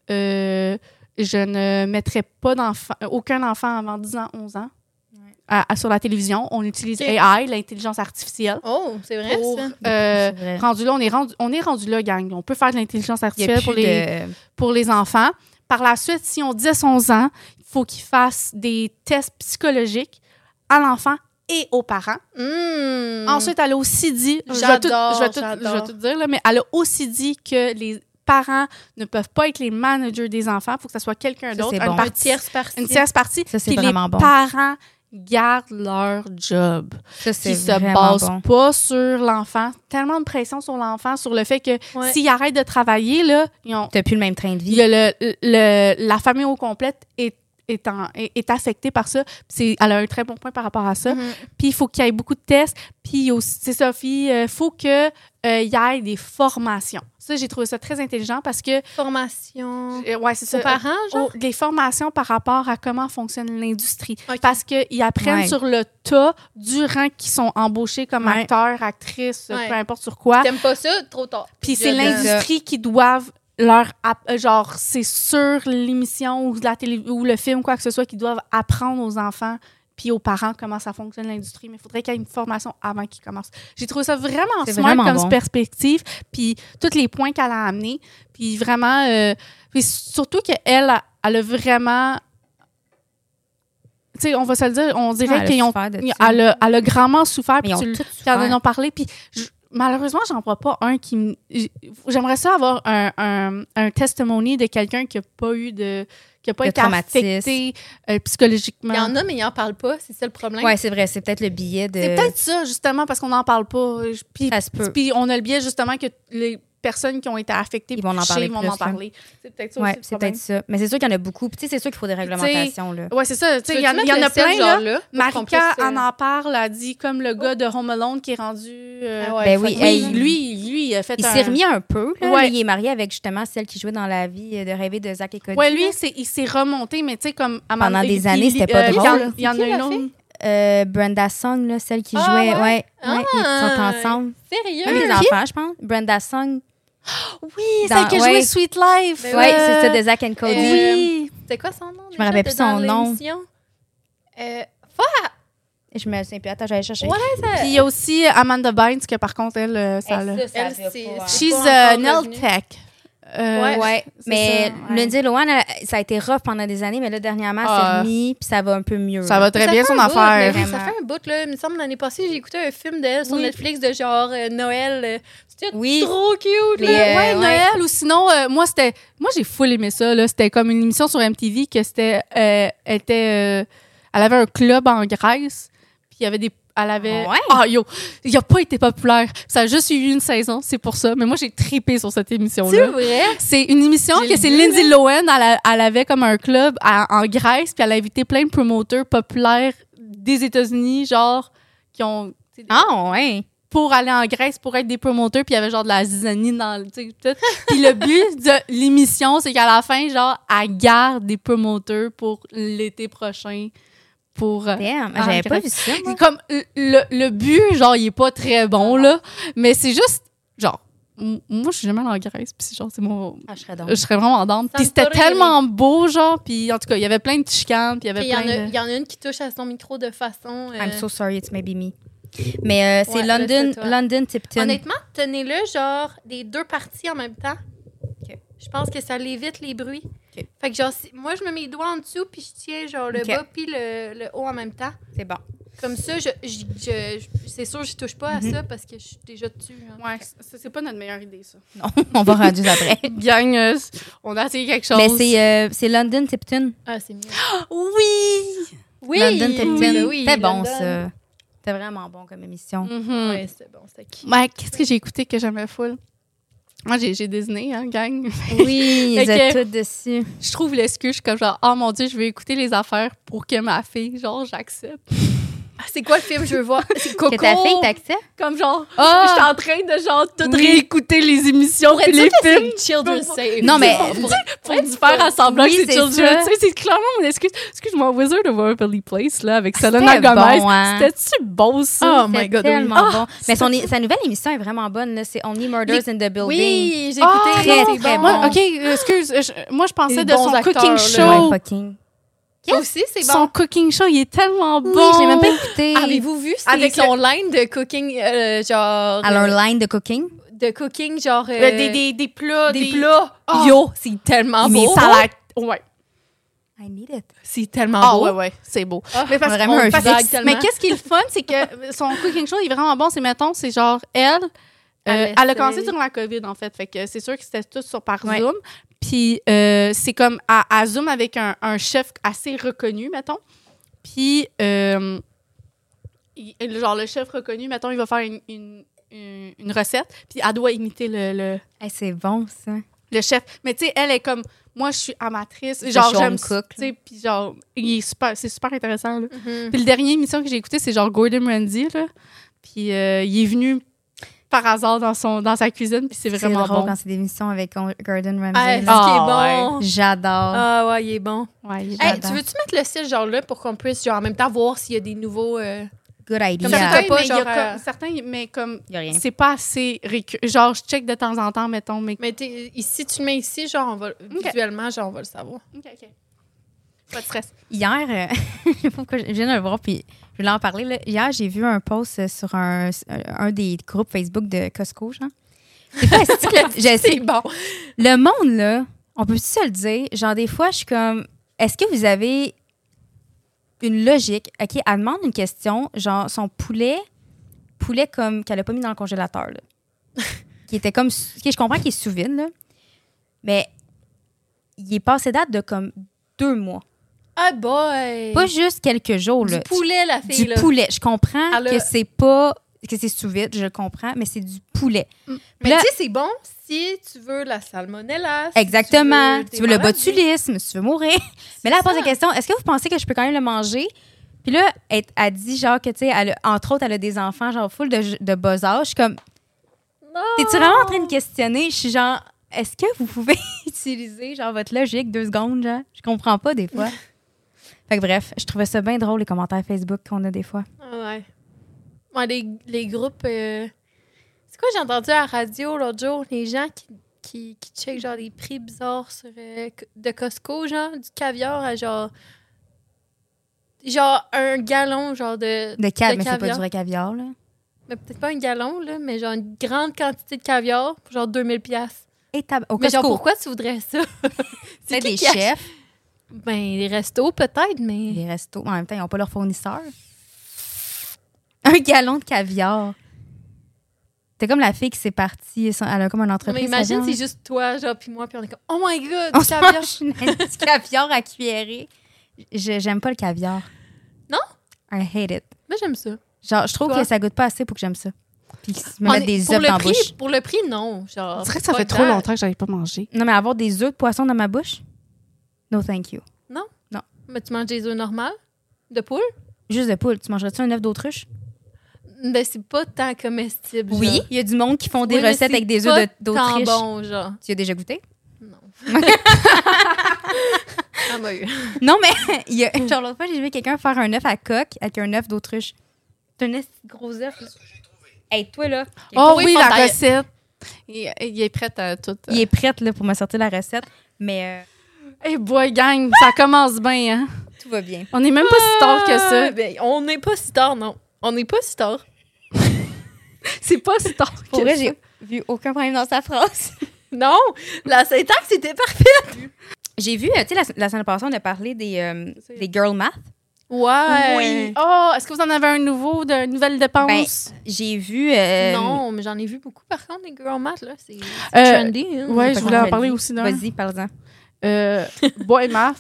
euh, je ne mettrais pas d'enfant, aucun enfant avant 10 ans, 11 ans à- à- sur la télévision. On utilise
Ok.
AI, l'intelligence artificielle.
Oh, c'est vrai,
pour,
ça.
C'est
euh,
vrai.
rendu là, on est rendu, on est rendu là, gang. On peut faire de l'intelligence
Il y a
artificielle
plus
pour les,
de-
pour les enfants. Par la suite, si on 10-11 ans, il faut qu'ils fassent des tests psychologiques à l'enfant et aux parents.
Mm.
Hmm.
Ensuite, elle a aussi dit, je vais, tout,
J'adore,
je vais tout-
j'adore.
je vais tout dire, là, mais elle a aussi dit que les parents ne peuvent pas être les managers des enfants. Il faut que ce soit quelqu'un
Ça,
d'autre,
c'est
une,
bon.
une
partie,
tierce partie.
une tierce partie.
Ça, c'est
Puis
vraiment
les
bon.
parents gardent leur job
Ça, c'est
qui se
vraiment
base
bon.
pas sur l'enfant. Tellement de pression sur l'enfant, sur le fait que
Ouais.
s'il arrête de travailler, là, ils ont-
T'as plus le même train de
il
vie.
y a le, le- la famille au complète est est, en- est- est affectée par ça. Puis c'est- Elle a un très bon point par rapport à ça.
Mm. Mm-hmm.
Puis il faut qu'il y ait beaucoup de tests. Puis aussi, c'est ça, il faut qu'il y ait des formations. Ça, j'ai trouvé ça très intelligent parce que,
Formation.
euh, ouais, c'est ça.
Aux parents, genre?
Oh, des formations par rapport à comment fonctionne l'industrie.
Ok.
Parce qu'ils apprennent
Ouais.
sur le tas durant qu'ils sont embauchés comme
Ouais.
acteurs, actrices,
Ouais.
peu importe sur quoi.
Ah. T'aimes pas ça? Trop tard.
Puis c'est
Je-
l'industrie qui doivent leur app- euh, genre c'est sur l'émission ou la télé ou le film quoi que ce soit qui doivent apprendre aux enfants puis aux parents comment ça fonctionne l'industrie mais il faudrait qu'il y ait une formation avant qu'ils commencent. J'ai trouvé ça vraiment
C'est
smart
vraiment
comme
bon.
perspective puis tous les points qu'elle a amenés puis vraiment euh, puis surtout qu'elle elle a vraiment tu sais on va se le dire on
Ah,
dirait qu'ils ont elle a, elle a grandement souffert puis
Ils ont
tu le-
tout
puis elles en
souffert.
ont parlé. Puis je- malheureusement, j'en vois pas un qui. me- j- J'aimerais ça avoir un, un, un testimony de quelqu'un qui a pas eu de. qui a pas
De
été
traumatisme.
affecté euh, psychologiquement.
Il y en a, mais ils en parlent pas. C'est ça le problème.
Ouais, c'est vrai, c'est peut-être le billet de.
C'est peut-être ça, justement, parce qu'on n'en parle pas. euh, Je- Puis,
Euh, Ça se peut.
puis on a le biais, justement, que les personnes qui ont été affectées
Ils vont en
touchées
parler
vont
plus, hein.
en
là.
parler. C'est peut-être ça
Ouais,
aussi
c'est
le problème.
peut-être ça. Mais c'est sûr qu'il y en a beaucoup. Puis, Tu sais, c'est sûr qu'il faut des réglementations, là.
Ouais, c'est ça. Tu sais,
Tu
Il y, en-
veux-tu
il y en a
mettre le
plein,
set,
là.
genre, là pour qu'on
Marika
puisse, euh,
en en parle, a dit comme le gars de Home Alone qui est rendu. euh,
Ah ouais,
Ben
fuck
oui,
me.
hey,
lui, lui, lui, il a fait
Il
un-
s'est remis un peu, là.
Ouais.
Il est marié avec justement celle qui jouait dans la vie euh, de rêver de Zach et Cody.
Ouais,
là.
lui, c'est- il s'est remonté, mais tu sais, comme. à un
Pendant
moment-
des
il-
années,
il-
c'était pas
euh,
drôle,
il y en-
là.
Il y en
C'est
a
qui,
une
la
autre.
Euh, Brenda Song, là, celle qui
Ah,
jouait. Ouais,
ouais?
ouais.
Ah.
Ils sont ensemble. Même
Sérieux?
les enfants, je pense. Brenda Song.
Oui,
Dans-
celle qui a
ouais.
joué Eh Sweet Life.
Ben
Ouais, c'est ça de Zach and Cody.
euh,
Oui.
C'était quoi son nom? Je
me rappelle plus son nom.
Euh,
Je me souviens plus. Attends, j'allais chercher.
Ouais, ça.
Puis il y a aussi euh, Amanda Bynes, que par contre, elle, euh, ça l'a.
ça,
Elle,
ça va
c'est-
pas, hein.
c'est
She's
pas
a
encore
nail
devenue.
tech. Euh,
Ouais.
Ouais,
c'est
mais
ça, ouais.
Lindsay Lohan, elle- ça a été rough pendant des années, mais là, dernièrement, elle
Ah.
s'est remise, puis ça va un peu mieux.
Ça va très
Ça
bien
fait
son
un bout,
affaire.
mais oui, Ça
Vraiment.
fait un bout, là. Il me semble, l'année passée, j'ai écouté un film d'elle sur
Oui.
Netflix de genre euh, Noël. euh, C'était
Oui.
trop cute,
Les,
là.
euh,
Ben, ouais,
ouais.
Noël ou sinon euh, moi c'était moi j'ai full aimé ça là, c'était comme une émission sur MTV que c'était euh, elle était euh, elle avait un club en Grèce, puis il y avait des elle avait
Ouais.
ah yo, il a pas été populaire. Ça a juste eu une saison, c'est pour ça, mais moi j'ai tripé sur cette émission
C'est
là.
vrai?
C'est une émission
J'ai
que c'est
vu,
Lindsay Lohan, elle, a- elle avait comme un club à- en Grèce, puis elle a invité plein de promoteurs populaires des États-Unis, genre, qui ont. tu sais, des-
Ah, ouais.
Pour aller en Grèce, pour être des promoteurs, puis il y avait genre de la zizanie dans le. tu sais, tout. Puis le but de l'émission, c'est qu'à la fin, genre, elle garde des promoteurs pour l'été prochain. Pour. euh,
Damn,
Ah,
j'avais
ok.
pas vu ça. moi.
c'est comme le, le- le but, genre, il est pas très bon, là, mais c'est juste, genre, m- moi, je suis jamais allée en Grèce, puis c'est genre, c'est mon,
Ah, je serais donc.
je serais vraiment down. Puis c'était
Santorini.
tellement beau, genre. Puis en tout cas, il y avait plein de chicanes, puis il y
Puis
avait
Il y, en
plein
a-
de...
il y en a une qui touche à son micro de façon. euh,
I'm so sorry, it's maybe me. Mais euh, c'est
Ouais, là,
London,
c'est toi.
London Tipton.
Honnêtement, tenez-le genre des deux parties en même temps.
Ok.
Je pense que ça l'évite les bruits.
Ok.
Fait que genre, si- moi, je mets mes doigts en dessous, puis je tiens genre le
Ok.
bas puis le, le haut en même temps.
C'est bon.
Comme ça, je, je- je- je- c'est sûr, je touche pas
Mhm.
à ça parce que je suis déjà dessus. hein.
Ouais, c'est pas notre meilleure idée, ça.
Non, on va rendre après.
Gang, euh, on a essayé quelque chose.
Mais c'est euh, c'est London Tipton.
Ah, c'est mieux.
Oui!
Oui! ben
London Tipton.
oui,
C'était bon,
London.
ça. Mm. C'était vraiment bon comme émission.
Mhm.
Ouais, c'est bon, c'est qui?
Ouais, qu'est-ce que j'ai écouté que j'aimais full? Moi, j'ai j'ai Disney, hein, gang.
Oui, ils
Fait que-
étaient tout dessus.
Je trouve l'excuse, je suis comme genre, oh mon Dieu, je vais écouter les affaires pour que ma fille, genre, j'accepte.
Ah, c'est quoi le film que je veux voir? C'est Coco.
Que ta fille t'accepte?
Comme genre, je suis
Ah!
en train de, genre, tout
Oui.
réécouter les émissions
Pourrait
puis
dire
les
que
films.
c'est Children's Safe.
Non, mais-
pour du faire à semblant
Oui,
que c'est
c'est
Children.
ça.
Tu sais, c'est clairement mon excuse. Excuse-moi, Wizard of Waverly Place, là, avec
C'était
Selena Gomez.
bon, hein?
C'était-tu beau, ça?
Oh my
C'était
God, oui.
tellement
Ah,
bon. Mais son, sa nouvelle émission est vraiment bonne. là. C'est Only Murders in the Building.
Oui, j'ai écouté.
Ah,
très,
non.
très
Moi,
bon.
OK, excuse. je- moi, je pensais
Les
de son
bons acteurs,
cooking
là.
show.
Ouais, fucking.
Ça aussi, c'est bon.
Son cooking show, il est tellement
Oui,
bon.
je l'ai même pas écouté.
Avez-vous vu c'est
Avec
son line de cooking, euh, genre.
À leur
euh,
line de cooking.
de cooking, genre. euh,
Euh, des, des, des plats.
des plats.
Ah.
Yo, c'est tellement
mais
beau.
ça a l'air- Ouais.
I need it.
C'est tellement
Ah,
beau.
ouais, ouais. C'est beau.
Ah,
mais parce
vraiment
qu'on-
un
parce-
vague
Mais
tellement.
qu'est-ce qui est le fun, c'est que son cooking show, il est vraiment bon. C'est, mettons, c'est genre, elle, euh,
Elle
elle, a
essaie.
commencé durant la COVID, en fait. Fait que c'est sûr que c'était tout sur par
Ouais.
Zoom. Puis euh, c'est comme à, à Zoom avec un, un chef assez reconnu, mettons. Puis, euh, il- le- genre, le chef reconnu, mettons, il va faire une, une, une- une recette. Puis elle doit imiter le- le,
Hey, c'est bon, ça.
le chef. Mais tu sais, elle est comme, Moi, je suis amatrice.
C'est
Genre,
Sean
j'aime
Cook, là.
tu sais, Puis genre, il est super, c'est super intéressant. là.
Mhm.
Puis le dernier émission que j'ai écouté, c'est genre Gordon Ramsay. Là. Puis euh, il est venu par hasard dans, son, dans sa cuisine, puis c'est
C'est
vraiment
drôle
bon.
quand c'est des émissions avec Gordon
Ah,
Ramsay. là.
Ah,
ce qui est bon.
J'adore.
Ah ouais, il est bon.
Ouais, il est
Hey,
J'adore.
tu veux-tu mettre le site genre là pour qu'on puisse genre en même temps voir s'il y a des nouveaux euh,
Good idea.
Comme
Comme
ça,
certains,
t'as pas,
mais il y a
genre,
comme-
euh,
certains, mais comme
Il y a rien.
c'est pas assez récu- Genre, je check de temps en temps, mettons, mais.
mais t'es- ici tu le mets ici genre on va visuellement genre on va le savoir.
Ok, ok. Pas de stress.
Hier, euh, je sais pas pourquoi, je viens de le voir, puis je voulais en parler. là. Hier, j'ai vu un post euh, sur un, un des groupes Facebook de Costco, genre. Des fois, est-ce que- je sais-
C'est bon.
Le monde, là, on peut se le dire? Genre, des fois, je suis comme, est-ce que vous avez une logique? OK, elle demande une question, genre, son poulet, poulet comme qu'elle a pas mis dans le congélateur, là. qui était comme, sous- OK, je comprends qu'il est sous vide, là, mais il est passé date de comme deux mois.
Ah boy.
Pas juste quelques jours,
du
là.
poulet la
Du
fille là.
poulet. Je comprends
Elle a-
que c'est pas que c'est sous vide, je comprends, mais c'est du poulet.
Mais
Là-
tu sais c'est bon si tu veux la salmonella. si
Exactement.
des
Tu veux le
maladies.
botulisme, si tu veux mourir. Mais là, elle pose
ça.
la question est-ce que vous pensez que je peux quand même le manger Puis là, elle, elle dit genre que, tu sais, elle a- entre autres, elle a des enfants, genre, full de, de bas âge. Je suis comme
Non.
T'es-tu vraiment en train de questionner Je suis genre Est-ce que vous pouvez utiliser, genre, votre logique deux secondes, genre Je comprends pas des fois. fait que bref, je trouvais ça bien drôle, les commentaires Facebook qu'on a des fois.
Ah Ouais. Ouais, les, les groupes. euh, C'est quoi, j'ai entendu à la radio l'autre jour, les gens qui, qui, qui checkent genre des prix bizarres sur, euh, co- de Costco, genre du caviar à genre. Genre un gallon, genre de.
De cadre, mais c'est pas
caviar.
du vrai caviar, là.
mais Peut-être pas un gallon, là, mais genre une grande quantité de caviar, pour genre 2000$. piastres.
Et tab- au
Mais genre,
Costco.
pourquoi tu voudrais ça?
C'est
qui
des
qui achète-
chefs.
Ben, les restos, peut-être, mais.
Les restos, en même temps, ils n'ont pas leur fournisseur. Un gallon de caviar. T'es comme la fille qui s'est partie. sans- Elle a comme une entreprise.
Mais imagine,
avant.
c'est juste toi, genre, puis moi, puis on est comme, oh my god,
On
du
se
caviar.
mange une- du caviar à cuillerée. Je- J'aime pas le caviar.
Non?
I hate it.
Moi, j'aime ça.
Genre, je trouve
Pourquoi?
que ça goûte pas assez pour que j'aime ça. Puis qu'ils me
On
mettent
est-
des
pour
œufs
le
dans la
prix,
bouche.
Pour le prix, non. Genre,
On dirait que ça
pas
fait trop
dedans.
longtemps que j'avais pas mangé.
Non, mais avoir des œufs de poisson dans ma bouche? No thank you.
Mais tu manges des œufs normales de poule?
Juste de poule. Tu mangerais-tu un œuf d'autruche?
Ben, c'est pas tant comestible.
Oui.
genre.
Il y a du monde qui font des
Oui, mais
recettes
c'est
avec des
pas
œufs de-
tant
d'autruche.
bon, genre.
Tu y as déjà goûté?
Non. Ah, bah, oui.
Non, mais il y a, genre l'autre fois, j'ai vu quelqu'un faire un œuf à coque avec un œuf d'autruche. C'est un esti de gros œuf. Hey, toi, là,
Oh
Oui,
oui,
faut tailler.
la recette. Il, il est prêt à tout. euh.
il est prête là, pour me sortir la recette, mais
Hey boy, gang, ça commence bien. Hein?
euh, tout va bien.
On est même pas si tard que
Ah,
ça.
ben, on n'est pas si tard, non. On n'est pas si tard.
C'est pas si tard que
Pour vrai,
ça.
j'ai vu aucun problème dans sa phrase.
Non, la syntaxe était parfaite.
J'ai vu, euh, tu sais, la, la semaine passée, on a parlé des, euh,
C'est-
des girl math.
Ouais.
Oui. Oh, est-ce que vous en avez un nouveau, de nouvelle dépense?
J'ai vu. euh,
Non, mais j'en ai vu beaucoup, par contre, des girl math, là. C'est c'est
Euh,
trendy, hein.
ouais,
pas
je voulais en
comment
parler
on le
aussi d'un.
Vas-y, parle-en.
Euh, boy math.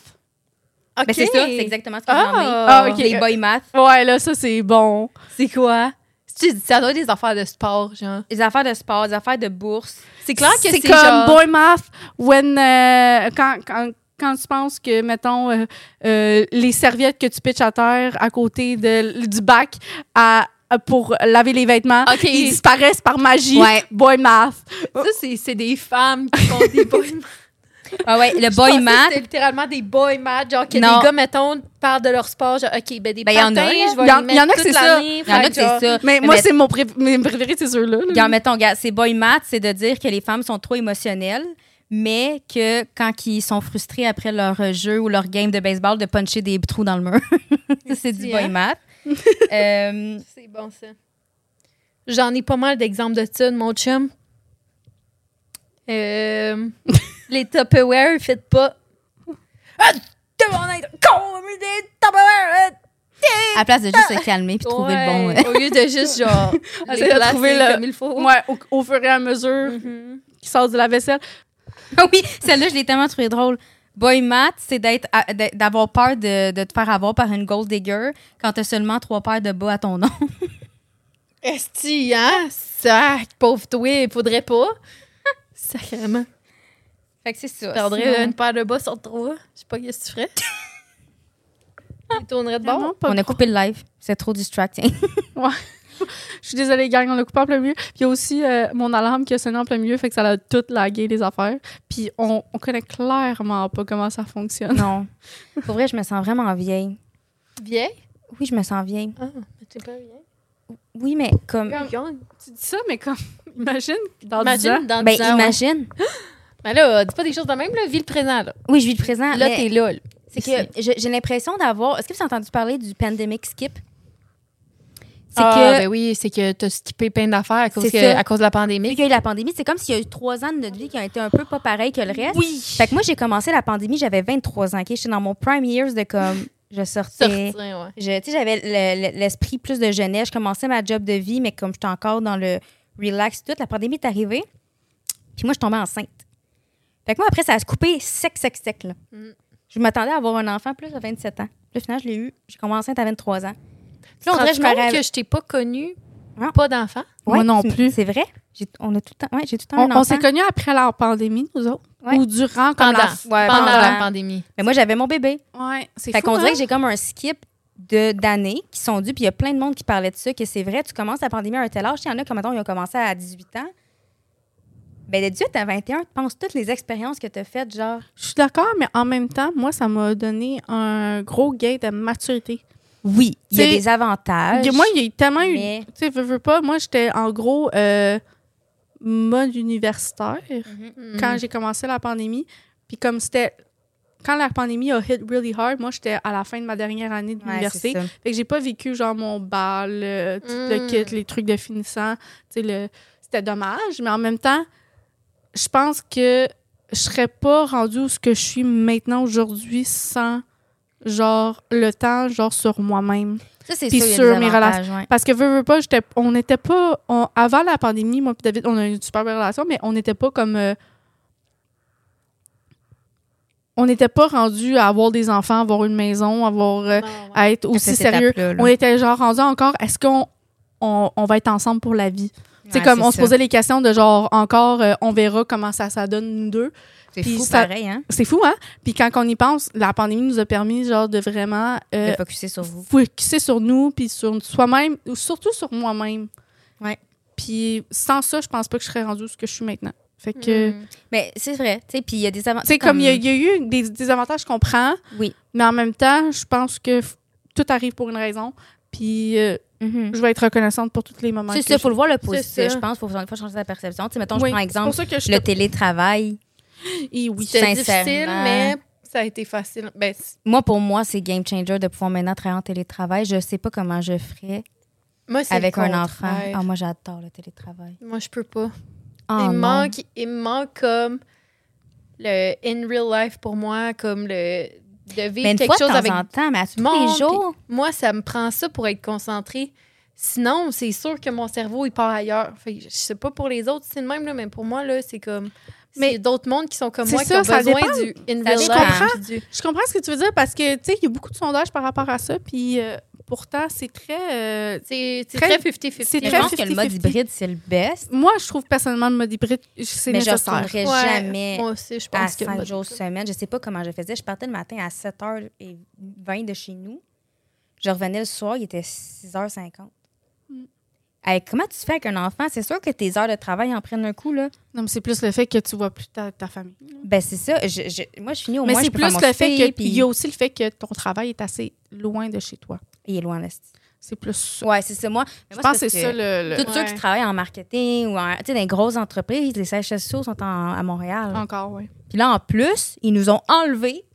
OK.
Ben, c'est ça, c'est exactement ce que j'en ai.
Ah,
Ah,
OK.
ok.
Les boy math.
Ouais, là, ça, c'est bon.
C'est quoi? C'est- Ça doit être des affaires de sport, genre.
Les affaires de sport, les affaires de bourse.
C'est clair que c'est
comme
genre-
boy math when euh, quand, quand quand tu penses que mettons euh, euh, les serviettes que tu pitches à terre à côté de, du bac à pour laver les vêtements,
Ok.
ils disparaissent par magie.
Ouais.
Boy math.
Oh.
Ça, c'est- c'est des femmes qui font des boy
Ah ouais, le
Je
boy
pensais que
math.
C'était littéralement des boy math, genre que
Non.
les gars, mettons, parlent de leur sport, genre, OK, ben des
Ben, y en a,
patins,
là.
je vais
Y en-
les mettre
y en a que
toute
c'est ça.
l'année.
Il y en a
fait
que c'est ça.
Mais moi,
Mais-
c'est mon pré mes préférés, c'est ceux-là. là.
Regarde, mettons, gars, c'est boy math, c'est de dire que les femmes sont trop émotionnelles, mais que quand ils sont frustrés après leur euh, jeu ou leur game de baseball, de puncher des trous dans le mur. Ça, c'est du
Merci,
boy
hein.
math. Euh,
C'est bon, ça. J'en ai pas mal d'exemples de ça, de mon chum. Euh, les Tupperware, ils fêtent pas. Ah, t'es mon être con, mais des Tupperware! euh,
à place de juste se calmer puis trouver le bon. euh,
Ouais, Au lieu de juste, genre, les
Essayer de
placer
trouver le-
comme il faut.
Ouais, au, au fur et à mesure
Mhm.
qu'ils sortent de la vaisselle.
Ah oui, celle-là, je l'ai tellement trouvée drôle. Boy math, c'est d'être à- d'être- d'avoir peur de, de te faire avoir par une gold digger quand t'as seulement trois paires de bas à ton nom.
Esti, hein? Sac, pauvre toi, il faudrait pas. Sacrément.
Fait que c'est ça.
Je perdrais une paire de bas sur trois. Je sais pas qu'est-ce que tu ferais. Tu tournerais de bord.
Vraiment pas
On a
cool.
coupé le live. C'est trop distracting.
Je suis désolée, gang, on l'a coupé en plein milieu. Puis il y a aussi euh, mon alarme qui a sonné en plein milieu, fait que ça a tout lagué les affaires. Puis on, on connaît clairement pas comment ça fonctionne.
non. Pour vrai, je me sens vraiment vieille.
Vieille?
Oui, je me sens vieille.
Ah, mais t'es pas vieille.
Oui, mais comme.
Comme- Young.
Tu dis ça, mais comme, imagine dans 10 ans.
Imagine dans
Ben,
10 ans, ah ouais.
imagine.
Mais là, dis pas des choses de même, là. Vis le présent, là.
Oui, je vis le présent.
là,
Ah, mais
t'es là, là.
C'est que je- j'ai l'impression d'avoir. Est-ce que vous avez entendu parler du pandemic skip? C'est
Ah,
que.
ben oui, c'est que t'as skippé plein d'affaires à cause,
C'est
que-
ça.
à cause de la pandémie.
Vu qu'il y a eu la pandémie, c'est comme s'il y a eu trois ans de notre vie qui ont été un peu pas pareils que le reste.
Oui.
Fait que moi, j'ai commencé la pandémie, j'avais 23 ans. ok? J'étais dans mon prime years de comme. Je sortais.
Sortir, ouais.
Je- tu sais, j'avais le- le- l'esprit plus de jeunesse. Je commençais ma job de vie, mais comme j'étais encore dans le relax, tout, la pandémie est arrivée. Puis moi, je tombais enceinte. Fait que moi, après, ça a se coupé sec, sec, sec. Là.
Mm.
Je m'attendais à avoir un enfant plus à 27 ans. Là, finalement, je l'ai eu. J'ai commencé enceinte à 23 ans. Puis
Tu te
on dirait que je me
rends compte
réveille-
que je t'ai pas connue,
Non.
pas d'enfant.
Moi non
tu-
plus.
C'est vrai. J'ai- On a tout le temps. Ouais, j'ai tout le temps
On,
un
on
enfant.
s'est connus après la pandémie, nous autres.
Ouais.
Ou durant, comme
Pendant,
la-
Ouais,
pendant
pendant.
la pandémie.
Mais moi, j'avais mon bébé.
Ouais, c'est
Fait
fou,
qu'on
hein?
dirait que j'ai comme un skip de d'années qui sont dues. Puis il y a plein de monde qui parlait de ça, que c'est vrai, tu commences la pandémie à un tel âge. Il y en a, comme mettons, ils ont commencé à 18 ans. Ben, de 18 à 21, tu penses toutes les expériences que tu as faites, genre.
Je suis d'accord, mais en même temps, moi, ça m'a donné un gros gain de maturité.
Oui, il y a
C'est-
des avantages.
moi, il y a tellement eu
mais-
tu sais, veux, veux pas, moi, j'étais en gros euh, mode universitaire
Mm-hmm.
quand j'ai commencé la pandémie. Puis comme c'était... Quand la pandémie a hit really hard, moi, j'étais à la fin de ma dernière année de
Ouais,
l'université.
c'est ça.
fait que j'ai pas vécu, genre, mon bal, le, tout le
Mm.
kit, les trucs de finissant. Tu sais, le- c'était dommage, mais en même temps, je pense que je serais pas rendue où ce que je suis maintenant, aujourd'hui, sans, genre, le temps, genre, sur moi-même.
Ça, c'est
Puis
sûr, il y a
sur
des
mes
avantages, ouais.
Parce que veux, veux pas, j'étais- on n'était pas. on- avant la pandémie, moi et David, on a eu une super belle relation, mais on n'était pas comme. euh, on n'était pas rendu à avoir des enfants, avoir une maison, avoir euh,
Ah,
ah,
à être aussi
Cette
sérieux.
étape-là, là.
On était genre rendu encore, est-ce qu'on on, on va être ensemble pour la vie? c'est
Ouais,
comme on se
ça.
posait les questions de genre encore, euh, on verra comment ça, ça donne nous deux.
C'est
puis
fou,
ça-
pareil, hein?
C'est fou, hein? Puis quand on y pense, la pandémie nous a permis genre de vraiment euh,
De focusser sur vous.
focusser sur nous, puis sur soi-même, ou surtout sur moi-même.
Ouais.
Puis sans ça, je pense pas que je serais rendue où ce que je suis maintenant. Fait que,
Hmm.
Hmm.
Mais c'est vrai, tu sais, puis il y a des
tu
avantages.
sais, comme il y, a- il y a eu des, des avantages qu'on prend,
Oui.
mais en même temps, je pense que f- tout arrive pour une raison, puis euh,
Mhm.
je vais être reconnaissante pour tous les moments.
C'est
que
ça,
j'ai-
faut le voir le
ça.
positif. Je pense faut une fois changer sa perception. Tu sais, mettons,
Oui,
je prends
c'est
exemple
pour ça que je
le
te-
télétravail.
Eh oui.
C'était
Sincèrement.
difficile, mais ça a été facile. Ben, c-
Moi, pour moi, c'est game changer de pouvoir maintenant travailler en télétravail. Je sais pas comment je ferais
moi, c'est
avec
le
un enfant.
contraire.
Ah, moi, j'adore le télétravail.
Moi, je peux pas.
Ah,
il, me
non.
manque, il me manque comme le in real life pour moi, comme le de vivre
mais une
quelque
fois de
chose
temps
avec.
en temps, mais à tous
monde,
les jours.
Moi, ça me prend ça pour être concentrée. Sinon, c'est sûr que mon cerveau, il part ailleurs. Fait que je sais pas pour les autres, c'est le même, là, mais pour moi, là, c'est comme.
Mais-
Mais d'autres mondes qui sont comme
C'est
moi,
ça,
qui ont
ça
besoin
dépend.
du in
Ça
real
dépend.
life. puis du-
Je comprends ce que tu veux dire parce que, tu sais, il y a beaucoup de sondages par rapport à ça, puis euh, pourtant, c'est très. euh,
C'est c'est
Très-
très 50-50.
c'est
Je
très
pense que le mode
50-50.
hybride, c'est le best.
moi, je trouve personnellement le mode hybride, c'est
Mais je
nécessaire.
retournerai
Ouais,
jamais
Moi aussi, je
à
pense que.
5 jours semaine. Je sais pas comment je faisais. Je partais le matin à 7h20 de chez nous. Je revenais le soir, il était 6h50.
Mm.
Hey, comment tu fais avec un enfant? C'est sûr que tes heures de travail en prennent un coup, là.
Non, mais c'est plus le fait que tu vois plus ta, ta famille.
Ben, c'est ça. Je- je- moi, je finis au
mais
moins,
c'est
je peux faire
plus
mon
le fait
souper,
que. Il y a aussi le fait que ton travail est assez loin de chez toi.
puis il est loin, là.
C'est plus ça.
Ouais, c'est ça. Moi, mais
Je
moi,
pense que
parce
c'est ça le. le-
Tous ceux qui
Ouais.
travaillent en marketing ou en, tu sais, dans les grosses entreprises, les sièges sociaux sont en- à Montréal.
Encore, oui.
Puis là, en plus, ils nous ont enlevé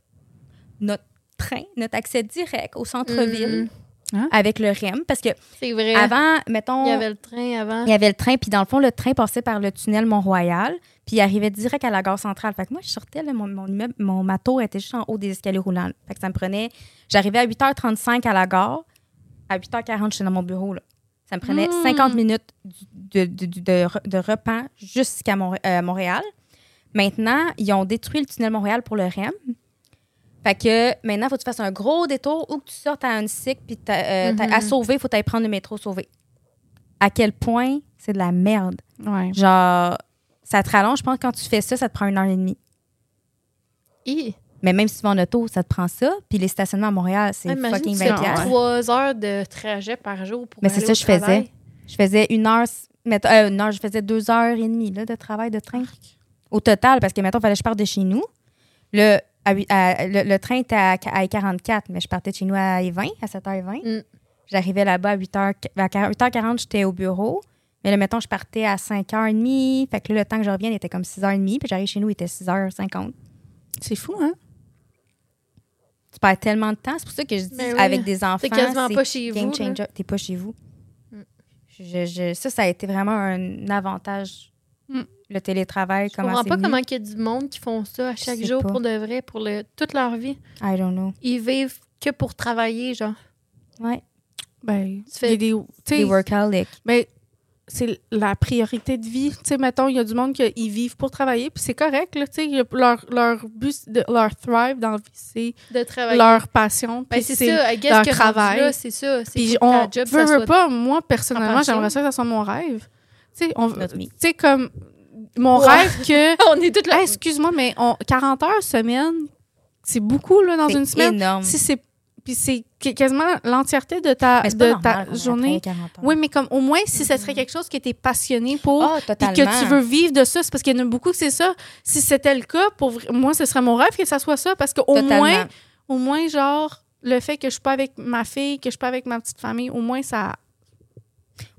notre train, notre accès direct au centre-ville
Mhm.
avec le REM. Parce que
Mm-hmm. C'est vrai.
avant, mettons,
il y avait le train avant.
le train, puis dans le fond, le train passait par le tunnel Mont-Royal, puis il arrivait direct à la gare centrale. Fait que moi, je sortais, là, mon, mon immeuble, mon matos était juste en haut des escaliers roulants. là. Fait que ça me prenait. J'arrivais à 8h35 à la gare, à 8h40, je suis dans mon bureau. Là. Ça me prenait
Mm.
50 minutes du- de, de, de, de re- de repas jusqu'à Montré- euh, Montréal. Maintenant, ils ont détruit le tunnel Montréal pour le REM. Fait que maintenant, il faut que tu fasses un gros détour ou que tu sortes à une cycle puis t'as, euh, t'as-
Mhm.
à sauver, il faut que t'ailles prendre le métro sauver. À quel point c'est de la merde.
Ouais.
Genre, ça te rallonge, je pense, quand tu fais ça, ça te prend une heure et demie.
Hi.
Mais même si tu vas en auto, ça te prend ça. Puis les stationnements à Montréal, c'est
Ah, imagine,
fucking
tu
20
fais
piastres.
trois heures de trajet par jour pour
Mais c'est
aller
ça
au
que je faisais.
travail.
Je faisais une heure, mettons, euh, une heure, je faisais deux heures et demie là, de travail de
Ah,
train. Au total, parce que, mettons, fallait que je parte de chez nous. Le, à huit- à- le, le train était à, à 44, mais je partais de chez nous à 20, à 7h20.
Mm.
J'arrivais là-bas à 8h, à 8h40, j'étais au bureau. Mais là, mettons, je partais à 5h30. Fait que là, le temps que je revienne, il était comme 6h30. Puis j'arrive chez nous, il était 6h50.
C'est fou, hein?
Tu perds tellement de temps. C'est pour ça que je dis,
Mais Ben oui.
avec des enfants,
T'es quasiment
c'est
pas chez vous.
Game
là.
changer. T'es pas chez vous.
Mm.
Je- je- ça, ça a été vraiment un avantage.
Mm.
Le télétravail,
Je
comment
comprends
c'est
pas
venu.
comment il y a du monde qui font ça à
Je
chaque
sais
jour
pas.
pour de vrai, pour le, toute leur vie.
I don't know.
Ils vivent que pour travailler, genre.
Ouais.
Ben,
Tu fais-
il y a des, tu
Les
sais,
workaholics.
ben, c'est la priorité de vie. Tu sais, mettons, il y a du monde qui ils vivent pour travailler, puis c'est correct, là, tu sais, il y a- leur, leur but, de- leur thrive dans la vie, c'est
De travailler.
leur passion,
Ben,
puis
c'est
c'est
ça, I guess
leur
que rendu
travail.
là, c'est ça. C'est
Puis
faut que
on
ta job,
veut,
ça
veut
soit-
pas, moi,
en
personnellement,
pension.
j'aimerais ça que ça soit mon rêve. Tu sais, on veut-
Notre
tu
vie.
sais, comme mon
Ouais.
rêve que.
on est toutes là.
Ah, Excuse-moi, mais on, 40 heures semaine, c'est beaucoup, là, dans
C'est
une semaine.
énorme.
Si c'est. Puis c'est qui- quasiment l'entièreté de ta,
Mais c'est
de
pas normal
ta
qu'on ait
journée.
travaillé 40 heures.
Oui, mais comme au moins, si ce serait quelque chose que tu es passionné pour,
Ah,
puis
Mm-hmm. totalement.
que tu veux vivre de ça, c'est parce qu'il y en a beaucoup que c'est ça. Si c'était le cas, pour vr- moi, ce serait mon rêve que ça soit ça, parce qu'au
Totalement.
moins, au moins, genre, le fait que je suis pas avec ma fille, que je suis pas avec ma petite famille, au moins, ça.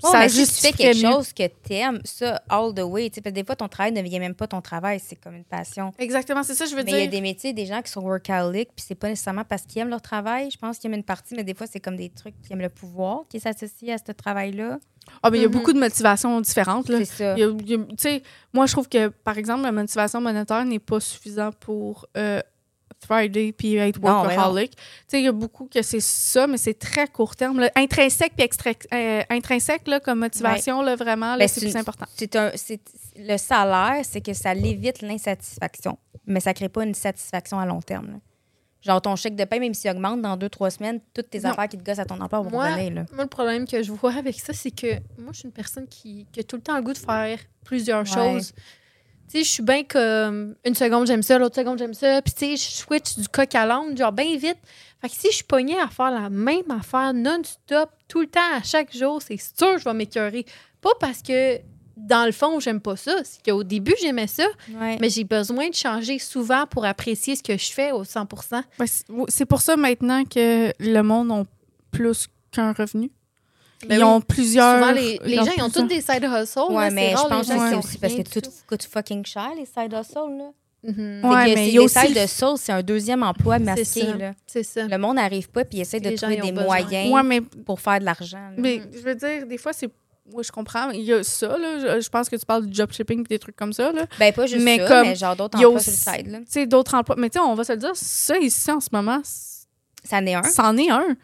Ouais, Oh, mais si tu fais
justifierait
quelque
mieux.
chose que t'aimes, ça, all the way. Tu sais, parce que des fois, ton travail ne devient même pas ton travail. C'est comme une passion.
Exactement, c'est ça, que je veux
Mais il y a
dire.
des métiers, des gens qui sont workaholics, puis c'est pas nécessairement parce qu'ils aiment leur travail. Je pense qu'ils aiment une partie, mais des fois, c'est comme des trucs qui aiment le pouvoir qui s'associent à ce travail-là.
Ah, mais il y a
Mhm.
beaucoup de motivations différentes, là.
C'est ça.
Il y a- il y a- Tu sais, moi, je trouve que, par exemple, la motivation monétaire n'est pas suffisante pour euh, Friday puis être
Non, mais non.
workaholic. Tu sais, il y a beaucoup que c'est ça, mais c'est très court terme. là. Intrinsèque puis extra- euh, intrinsèque là, comme motivation, là, vraiment, là,
Ben,
c'est
c'est
plus
une-
important.
c'est un- c'est- le salaire, c'est que ça l'évite l'insatisfaction, mais ça crée pas une satisfaction à long terme. là. Genre ton chèque de paie, même s'il augmente dans deux trois semaines, toutes tes
Non.
affaires qui te gossent à ton emploi vont
Moi-
revenir. là.
Moi, le problème que je vois avec ça, c'est que moi, je suis une personne qui, qui a tout le temps le goût de faire plusieurs
Ouais.
choses. Tu sais, je suis bien comme une seconde, j'aime ça, l'autre seconde, j'aime ça. Puis, tu sais, je switch du coq à l'âne, genre, bien vite. Fait que si je suis pognée à faire la même affaire non-stop, tout le temps, à chaque jour, c'est sûr que je vais m'écœurer. Pas parce que, dans le fond, j'aime pas ça. C'est qu'au début, j'aimais ça, mais j'ai besoin de changer souvent pour apprécier ce que je fais au 100
Ouais, c'est- ouais, c'est pour ça maintenant que le monde ont plus qu'un revenu.
Ben
ils
oui.
ont plusieurs.
Souvent, les, les gens, ils ont
plusieurs-
tous des side hustles.
Ouais,
là,
mais
c'est
je
rare,
pense que
les gens
c'est
qui ont
aussi parce que
rien du
tout coûte fucking cher, les side hustles. Là.
Mhm.
Fait
Ouais,
que
mais
c'est
il y a
les
aussi
salles
le-
de sauce, c'est un deuxième emploi masqué.
ça.
là.
C'est ça.
Le monde n'arrive pas puis il essaie de
Les gens,
trouver
ils ont
des
besoin.
moyens
Ouais, mais
pour faire de l'argent. là.
Mais
Mm-hmm.
je veux dire, des fois, c'est. Oui, je comprends. Il y a ça, là. Je, je pense que tu parles du job shipping et des trucs comme ça, là.
Ben pas juste
mais
ça,
comme,
mais genre d'autres
il y a
emplois sur
aussi-
le side. là.
Tu sais, d'autres emplois. Mais tu sais, on va se le dire, ça ici en ce moment, c-
Ça en est
Hein?
un.
c'en est un.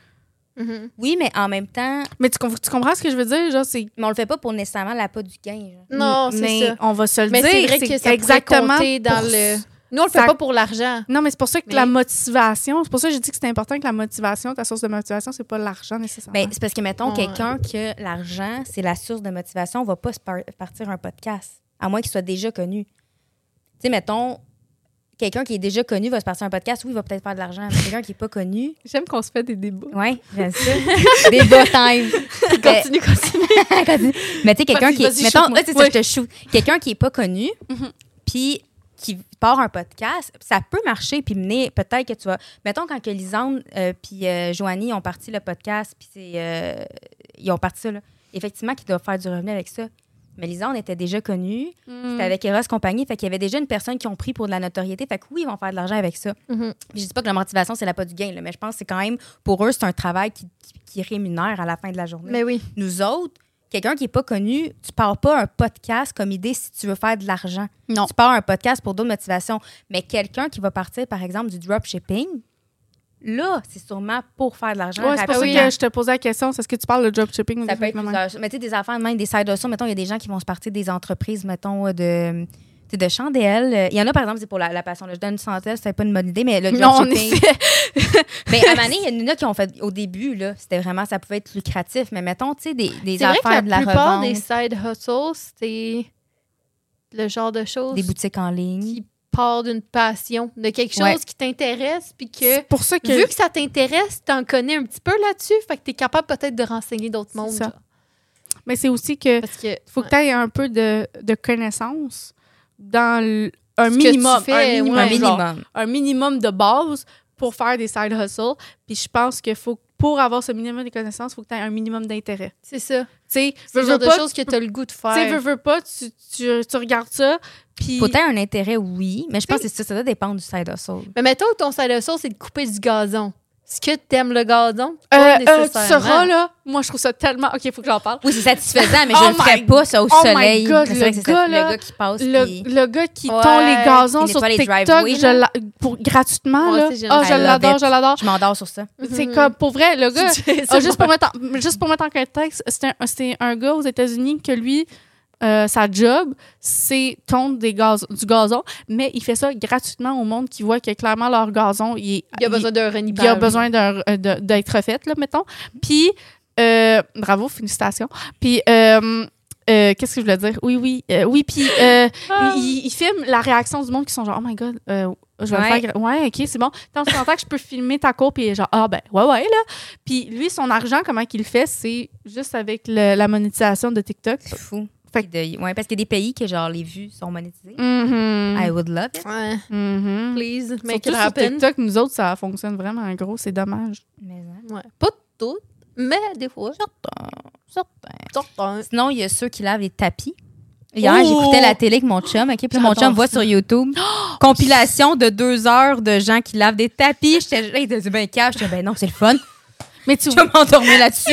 Mhm.
Oui, mais en même temps,
Mais tu, com- tu comprends ce que je veux dire? Genre, c'est.
mais on le fait pas pour nécessairement la pas du gain. genre.
Non,
mais
c'est ça.
on va se le
Mais
dire.
c'est vrai que ça
exactement
exactement compter dans
pour-
le. Nous, on le fait
Ça-
pas pour l'argent.
Non, mais c'est pour ça que
Mais-
la motivation, c'est pour ça que j'ai dit que c'est important que la motivation, ta source de motivation, c'est pas l'argent nécessairement.
Ben, c'est parce que, mettons,
Ouais.
quelqu'un que l'argent, c'est la source de motivation, va pas se par- partir un podcast, à moins qu'il soit déjà connu. Tu sais, mettons, quelqu'un qui est déjà connu va se partir un podcast, oui, il va peut-être faire de l'argent, mais quelqu'un qui est pas connu,
J'aime qu'on se fait des débats.
oui, bien sûr, des bas time. Mais-
Continue, continue.
Continue. mais tu sais, quelqu'un
Vas-y,
qui
vas-y,
est. Mettons,
shoot-moi.
ouais, c'est ça,
Ouais.
je te shoot. Quelqu'un qui est pas connu,
Mhm.
puis qui part un podcast, ça peut marcher, puis mener. Peut-être que tu vas. Mettons, quand que Lisande euh, puis euh, Joanie ont parti le podcast, puis c'est. euh, ils ont parti ça, là. Effectivement, qu'ils doivent faire du revenu avec ça. Mais Lisande était déjà connue.
Mhm.
C'était avec Eros Compagnie. Fait qu'il y avait déjà une personne qui ont pris pour de la notoriété. Fait que oui, ils vont faire de l'argent avec ça.
Mhm.
Puis je dis pas que la motivation, c'est la pas du gain, là, mais je pense que c'est quand même, pour eux, c'est un travail qui, qui, qui rémunère à la fin de la journée
Mais oui.
nous autres, quelqu'un qui n'est pas connu, tu pars pas un podcast comme idée si tu veux faire de l'argent.
Non.
Tu pars un podcast pour d'autres motivations. Mais quelqu'un qui va partir, par exemple, du dropshipping, là, c'est sûrement pour faire de l'argent.
Ouais, c'est pour ça
rapidement.
que je te posais la question, c'est est-ce que tu parles de job shipping ou
Ça
des
peut être
trucs de même?
plusieurs- Mais tu sais, des affaires, de même des side hustles. Mettons, il y a des gens qui vont se partir des entreprises, mettons, euh, de tu sais, de chandelles. Euh, Il y en a, par exemple, c'est pour la, la passion. là. Je donne une chandelle, c'est pas une bonne idée, mais le
Non, en
dropshipping... mais à Mané, il y en a qui ont fait... Au début, là, c'était vraiment... Ça pouvait être lucratif, mais mettons, tu sais, des, des
C'est vrai
affaires
que la,
de la
plupart
revente.
des side hustles, c'est le genre de choses
des boutiques en ligne.
qui part d'une passion, de quelque chose
Ouais.
qui t'intéresse, puis que
C'est pour ça que.
vu que ça t'intéresse, t'en connais un petit peu là-dessus, fait que t'es capable peut-être de renseigner d'autres
C'est
mondes.
ça.
genre.
Mais c'est aussi que.
Parce que
faut que tu aies un peu de, de connaissances dans l- un
Ce que
minimum,
tu fais,
un minimum,
ouais.
un
genre,
minimum.
un minimum de base pour faire des side hustles. Puis je pense que faut pour avoir ce minimum de connaissances, faut que tu aies un minimum d'intérêt.
c'est ça.
Tu sais,
C'est
veux,
le genre
veux
de
pas,
choses que t'as le goût de
tu sais, veux,
faire.
veux pas, tu, tu, tu regardes ça, puis
Faut t'aies un intérêt, oui, mais je pense que c'est ça, ça doit dépendre du side hustle.
Mais mettons que ton sale de sauce, c'est de couper du gazon. Est-ce que t'aimes le gazon?
Euh, euh,
Pas
tu
nécessairement.
seras là. Moi, je trouve ça tellement. Ok, faut que j'en parle.
Oui, c'est satisfaisant, mais
Oh
je le ferais
my-
pas, ça, au
oh my
soleil.
God,
C'est vrai
le
que c'est
gars,
ça,
là,
le gars qui passe, puis-
Le, le gars qui
Ouais,
tond les gazons
qui
sur
nettoie les
TikTok,
driveways,
je
là.
l'a- pour, gratuitement.
Moi
Là.
aussi, j'aime-
Ah,
I
je
love
l'adore,
it.
je l'adore.
je m'endors sur ça.
C'est
Mhm.
comme, pour vrai, le gars,
C'est
Ah, juste,
bon.
pour mettre en, juste pour mettre en contexte, c'était un, c'était un gars aux États-Unis que lui, euh, sa job, c'est tondre des gaz, du gazon, mais il fait ça gratuitement au monde qui voit que clairement leur gazon, il, est-
Il y a besoin d'un renipage.
il a besoin d'un- euh, de- d'être refait, là, mettons. Puis, euh, bravo, félicitations. Puis, euh, euh, qu'est-ce que je voulais dire? Oui, oui, euh, oui, puis euh,
Ah.
il, il filme la réaction du monde qui sont genre, oh my god, euh, je vais
Ouais.
le faire. gra- Ouais, ok, c'est bon. Tant que que je peux filmer ta cour, puis genre, ah ben, ouais, ouais, là. Puis lui, son argent, comment qu'il fait, c'est juste avec le- la monétisation de TikTok.
C'est fou.
Fait
Puis de- ouais, parce qu'il y a des pays que genre les vues sont monétisées.
Mhm.
I would love it.
Ouais,
Mhm.
please, make
Surtout
it
sur
happen.
TikTok, nous autres, ça fonctionne vraiment en gros, c'est dommage.
Mais, hein,
Ouais. Pas toutes, mais des fois.
certains, certains.
Certains.
Sinon, il y a ceux qui lavent les tapis. Hier,
Oh!
j'écoutais la télé avec mon chum, OK? Puis là, mon
J'adore
chum voit sur YouTube compilation de deux heures de gens qui lavent des tapis. J'étais là, il était ben calme. J'étais ben non, c'est le fun.
Mais tu
Je vais m'endormir là-dessus.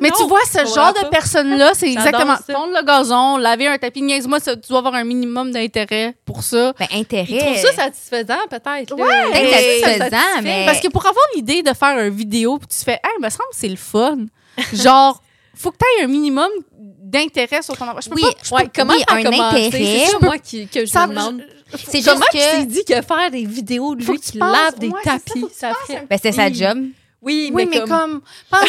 Mais
Non,
tu vois, ce
je comprends
genre
pas.
de personne-là, c'est
J'adore
exactement.
ça.
Tondre le gazon, laver un tapis, niaise-moi, ça- tu dois avoir un minimum d'intérêt pour ça.
Ben, intérêt.
Ils trouvent ça satisfaisant, peut-être. là.
Ouais,
Peut-être
Hey,
ça
satisfaisant,
satisfait.
mais.
Parce que pour avoir l'idée de faire une vidéo, puis tu fais, hey, me semble que c'est le fun. Genre, faut que tu aies un minimum d'intérêt sur ton emploi. Je peux
Oui,
pas-
Ouais, comment
oui,
t'as
un
commencé?
intérêt.
C'est ça, moi, qui, que je
Ça-
me demande.
c'est juste
Comment tu t'es
que.
dit que faire des vidéos de
Faut
lui
que tu
qui
penses-
lave des
ouais, c'est ça,
tapis,
faut que tu
ça
penses
fait...
un-
Ben, c'est sa
Oui.
job.
Oui,
Oui, mais comme.
Non,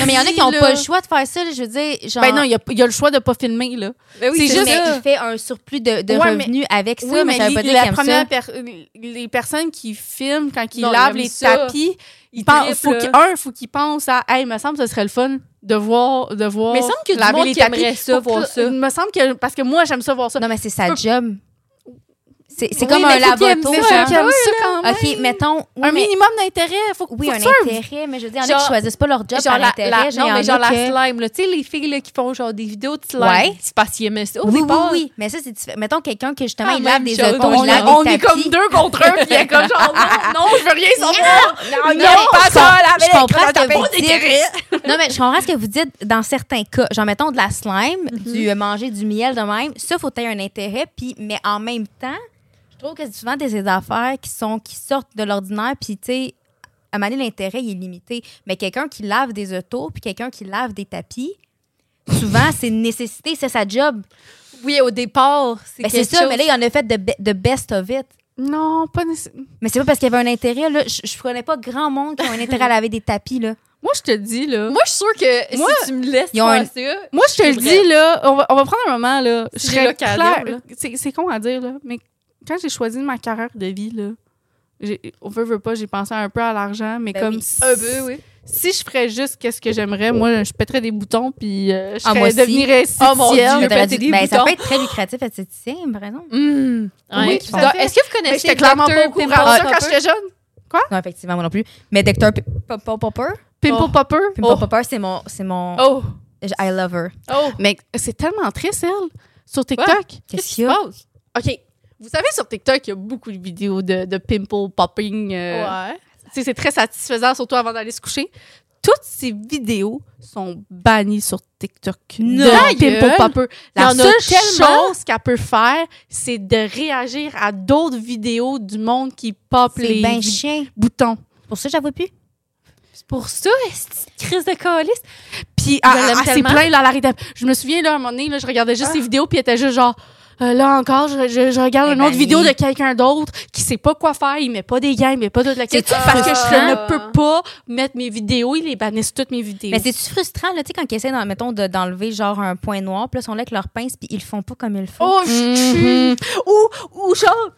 mais il y en a qui n'ont
Vas-y,
pas
là.
le choix de faire ça. là, je veux dire, genre.
Ben non, il y, a- il y a le choix de pas filmer, là.
Ben oui,
c'est
c'est
juste-
mais
ça.
il fait un surplus de, de
Ouais, mais-
revenus avec ça,
Oui, mais,
mais ça veut
li-
pas dire qu'il
la
aime
première
ça.
per- les personnes qui filment quand ils
Non, ils
lavent
aiment
les
ça.
tapis,
Ils
pen-
trippent,
faut
là.
qu'il- un, faut qu'ils pensent à Hey, me semble que ce serait le fun de voir. De voir
Mais il semble qu'il y a du
laver
monde
les
qui
tapis.
aimerait
Faut
ça,
que-
voir ça.
Il me semble que. Parce que moi, j'aime ça voir ça.
Non, mais c'est sa
peux-
job. C'est c'est
Oui,
comme
mais
un
faut qu'il aime
lavato.
Mais
ça, Ah,
genre.
j'aime j'aime ça quand même.
OK, mettons. oui,
hein. un
mais-
minimum d'intérêt. Faut,
Oui,
faut
un
que tu-
intérêt, mais je veux dire, il y en a
Genre-
qui choisissent pas leur job par
la-
intérêt.
la-
genre, il y
non,
en
mais genre
a
la
que-
slime, là. Tu sais, les filles là, qui font genre des vidéos de slime.
Ouais.
C'est parce qu'ils aimaient ça. Au
oui, oui,
départ,
oui, mais ça, c'est différent. Mettons quelqu'un qui, justement,
Ah,
il lave
même
des
chose.
autos,
On
il lave
est-
des
on est
tapis.
comme deux contre un, puis il y a comme genre, non, non, je veux rien savoir.
Non,
Non, pas ça, là,
je
mais
comprends ce
t'as
que
pas
vous dites. Non, mais je comprends ce que vous dites dans certains cas. Genre, mettons de la slime,
Mm-hmm.
du euh, manger du miel de même. Ça, faut avoir un intérêt. Puis, mais en même temps, je trouve que c'est souvent des des affaires qui, sont, qui sortent de l'ordinaire. Puis, tu sais, à un moment donné, l'intérêt, il est limité. Mais quelqu'un qui lave des autos, puis quelqu'un qui lave des tapis, souvent, c'est une nécessité, c'est sa job.
Oui, au départ, c'est
Ben, c'est
quelque
ça,
chose.
mais là, il en a fait de, be- de best of it.
Non, pas nécessairement.
Mais c'est pas parce qu'il y avait un intérêt, là. Je, je connais pas grand monde qui a un intérêt à laver des tapis, là.
Moi, je te dis, là.
Moi, je suis sûre que
Moi,
si tu me laisses
ils ont
faire
un-
ça,
Moi, je te le
C'est vrai.
dis, là, on va, on va prendre un moment, là. Je
C'est
serais
l'occasion,
claire.
là.
C'est c'est con à dire, là, mais quand j'ai choisi ma carrière de vie, là, j'ai- on veut, veut pas, j'ai pensé un peu à l'argent, mais
Ben
comme
oui.
si,
un peu, oui.
si je ferais juste qu'est-ce que j'aimerais, moi, je pèterais des boutons, puis euh, je
Ah, moi
serais
aussi.
deviendrais
Ah, mon
esthéticienne.
Mais
Dieu.
t'aurais
péter
dû-
des
ben, ça
boutons.
peut être très lucratif, esthéticien, par exemple.
Mmh.
Oui,
Ouais.
tout
Donc,
à fait.
Est-ce que vous
Mais
connaissez
j'étais clairement pas
Dr.
au courant de
Pimple
ça
Popper?
quand j'étais jeune.
Non, effectivement, moi non plus. Mais Dr. P- Pop- Pop- Popper,
Pimple
Oh.
Popper.
Pimple
Oh.
Popper, c'est mon, c'est mon,
Oh,
je- I love her.
oh,
Mais c'est tellement triste, elle, sur TikTok.
Qu'est-ce qu'il
qu'est-ce qui
y
se
a?
passe?
OK. Vous savez, sur TikTok, il y a beaucoup de vidéos de, de pimple popping. euh,
Ouais.
Tu sais, c'est très satisfaisant, surtout avant d'aller se coucher. Toutes ces vidéos sont bannies sur TikTok.
Non.
de Pimple
Gueule.
Popper. La
Il y en a
seule
tellement.
chose qu'elle peut faire, c'est de réagir à d'autres vidéos du monde qui pop
C'est
les
ben
vi-
chien.
boutons.
Pour ça, j'avoue plus.
C'est pour ça, est-ce que crise de calice?
Puis ah, elle,
l'aime
elle- elle s'est
tellement.
plainte, là, elle arrêtait. Je me souviens, là, à un moment donné, là, je regardais juste ses vidéos, puis elle était juste genre. euh, là encore, je, je- je regarde
Eh
une
ben,
autre vidéo
oui.
de quelqu'un d'autre qui sait pas quoi faire, il met pas des gains, il met pas de la
C'est-tu
question parce que je
frustrant?
ne peux pas mettre mes vidéos, ils les bannissent toutes mes vidéos.
Mais c'est-tu frustrant, là, tu sais, quand ils essaient, d'en- mettons, de- d'enlever genre un point noir, puis là, ils sont là avec leur pince, puis ils le font pas comme ils le font.
Oh, je tue. Ou, ou genre,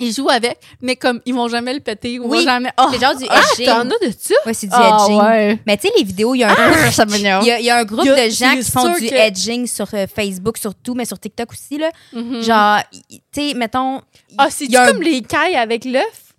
Ils jouent avec, mais comme ils vont jamais le péter. Ou
Oui.
vont jamais. Oh,
C'est genre du
ah,
edging.
t'en as de ça?
Ouais, c'est du
Ah,
edging.
ouais.
Mais tu sais, les vidéos, il y a un
Ah, ça m'énerve.
Il y, a, il y a un groupe
Il y a-
de gens
c'est
qui font
sûr
du
que-
edging sur euh, Facebook, surtout, mais sur TikTok aussi. Là.
Mhm.
Genre, y- tu sais, mettons. y-
Ah, c'est
il y a un-
comme les cailles avec l'œuf?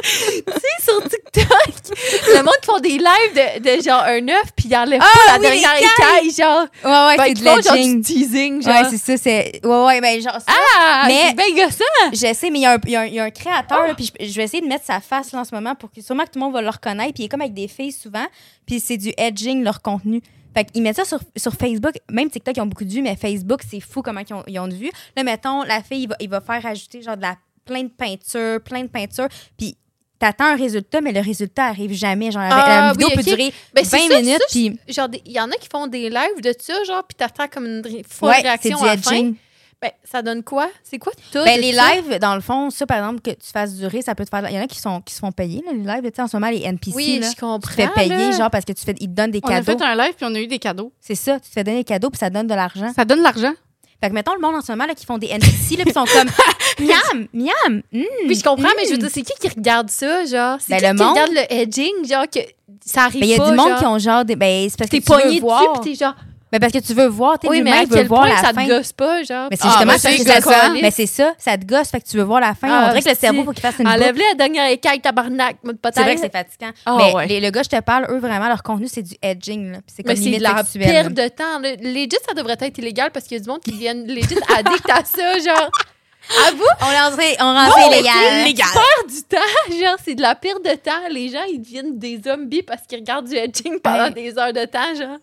tu sais, sur TikTok, le monde font des lives de, de genre un œuf, puis ils enlèvent
Ah
pas la
oui,
dernière
les
écaille, genre.
Ouais, ouais,
Ben,
c'est
ils
de
font genre du
l'edging.
teasing, genre.
Ouais, c'est ça. c'est- Ouais, ouais, ben genre, ça,
ah,
Mais-
c'est ben gossant!
Ah!
je sais, mais il y, a un- il y a un- il y a un créateur, là, puis je, je vais essayer de mettre sa face là, en ce moment pour que sûrement que tout le monde va le reconnaître. Puis il est comme avec des filles souvent, puis c'est du edging leur contenu. Fait qu'ils mettent ça sur, sur Facebook, même TikTok, ils ont beaucoup de vues, mais Facebook, c'est fou comment ils ont, ils ont de vues. Là, mettons, la fille, il va, il va faire ajouter genre de la, plein de peinture, plein de peinture, puis t'attends un résultat, mais le résultat arrive jamais. Genre, avec-
Ah,
la vidéo
oui,
peut
ok.
durer
Ben, c'est
20
ça,
minutes,
ça,
puis...
Genre, des- il y en a qui font des lives de ça, genre, puis t'attends comme une ré- folle
Ouais, c'est
réaction
du
à la fin.
edging.
Ben, ça donne quoi? C'est quoi tout?
Ben,
de
les
ça?
lives, dans le fond, ça, par exemple, que tu fasses durer, ça peut te faire. Il y en a qui, sont, qui se font payer, là, les lives. Tu sais, en ce moment, les NPC,
Oui,
là,
je comprends.
tu te fais payer,
là.
genre, parce que tu fais, ils te donnent des
On a
cadeaux.
fait un live, puis on a eu des cadeaux.
C'est ça, tu te fais donner des cadeaux, puis ça donne de l'argent.
Ça donne de l'argent.
Fait que, mettons, le monde en ce moment, là, qui font des NPC, là, puis ils sont comme miam, miam. hmm.
Puis je comprends, mais je veux dire, c'est qui qui regarde ça, genre? C'est
Ben,
qui
le
qui
monde.
regarde le edging, genre, que ça arrive
Ben, il y a
pas,
du monde
genre?
qui ont genre des. Ben, c'est parce que
T'es
tu veux
pogné dessus,
voir.
pis t'es genre,
Ben, parce que tu veux voir, t'es
oui, mais
l'humain
à
veut
quel
voir
point ça
la
te
fin.
gosse pas, genre?
Mais c'est
Ah,
justement
ben,
parce
c'est
que ça
gossant.
Mais c'est ça, ça te gosse, fait que tu veux voir la fin.
Ah,
On dirait que le
si.
cerveau, faut qu'il fasse une boucle.
Enlève-les la dernière écaille, tabarnak, mode
C'est
potable.
vrai que c'est fatigant.
Ah,
mais
ouais.
les- le gars, je te parle, eux, vraiment, leur contenu, c'est du edging. là. Puis C'est comme
Mais c'est
limite
de la
sexuelle, là.
perte de temps. là. Legit, ça devrait être illégal parce qu'il y a du monde qui viennent legit addict à ça, genre. Avoue,
On rendrait, on rendrait légal.
perdre du temps, genre, c'est de la perte de temps. Les gens, ils deviennent des zombies parce qu'ils regardent du edging pendant
Ouais.
des heures de temps, genre.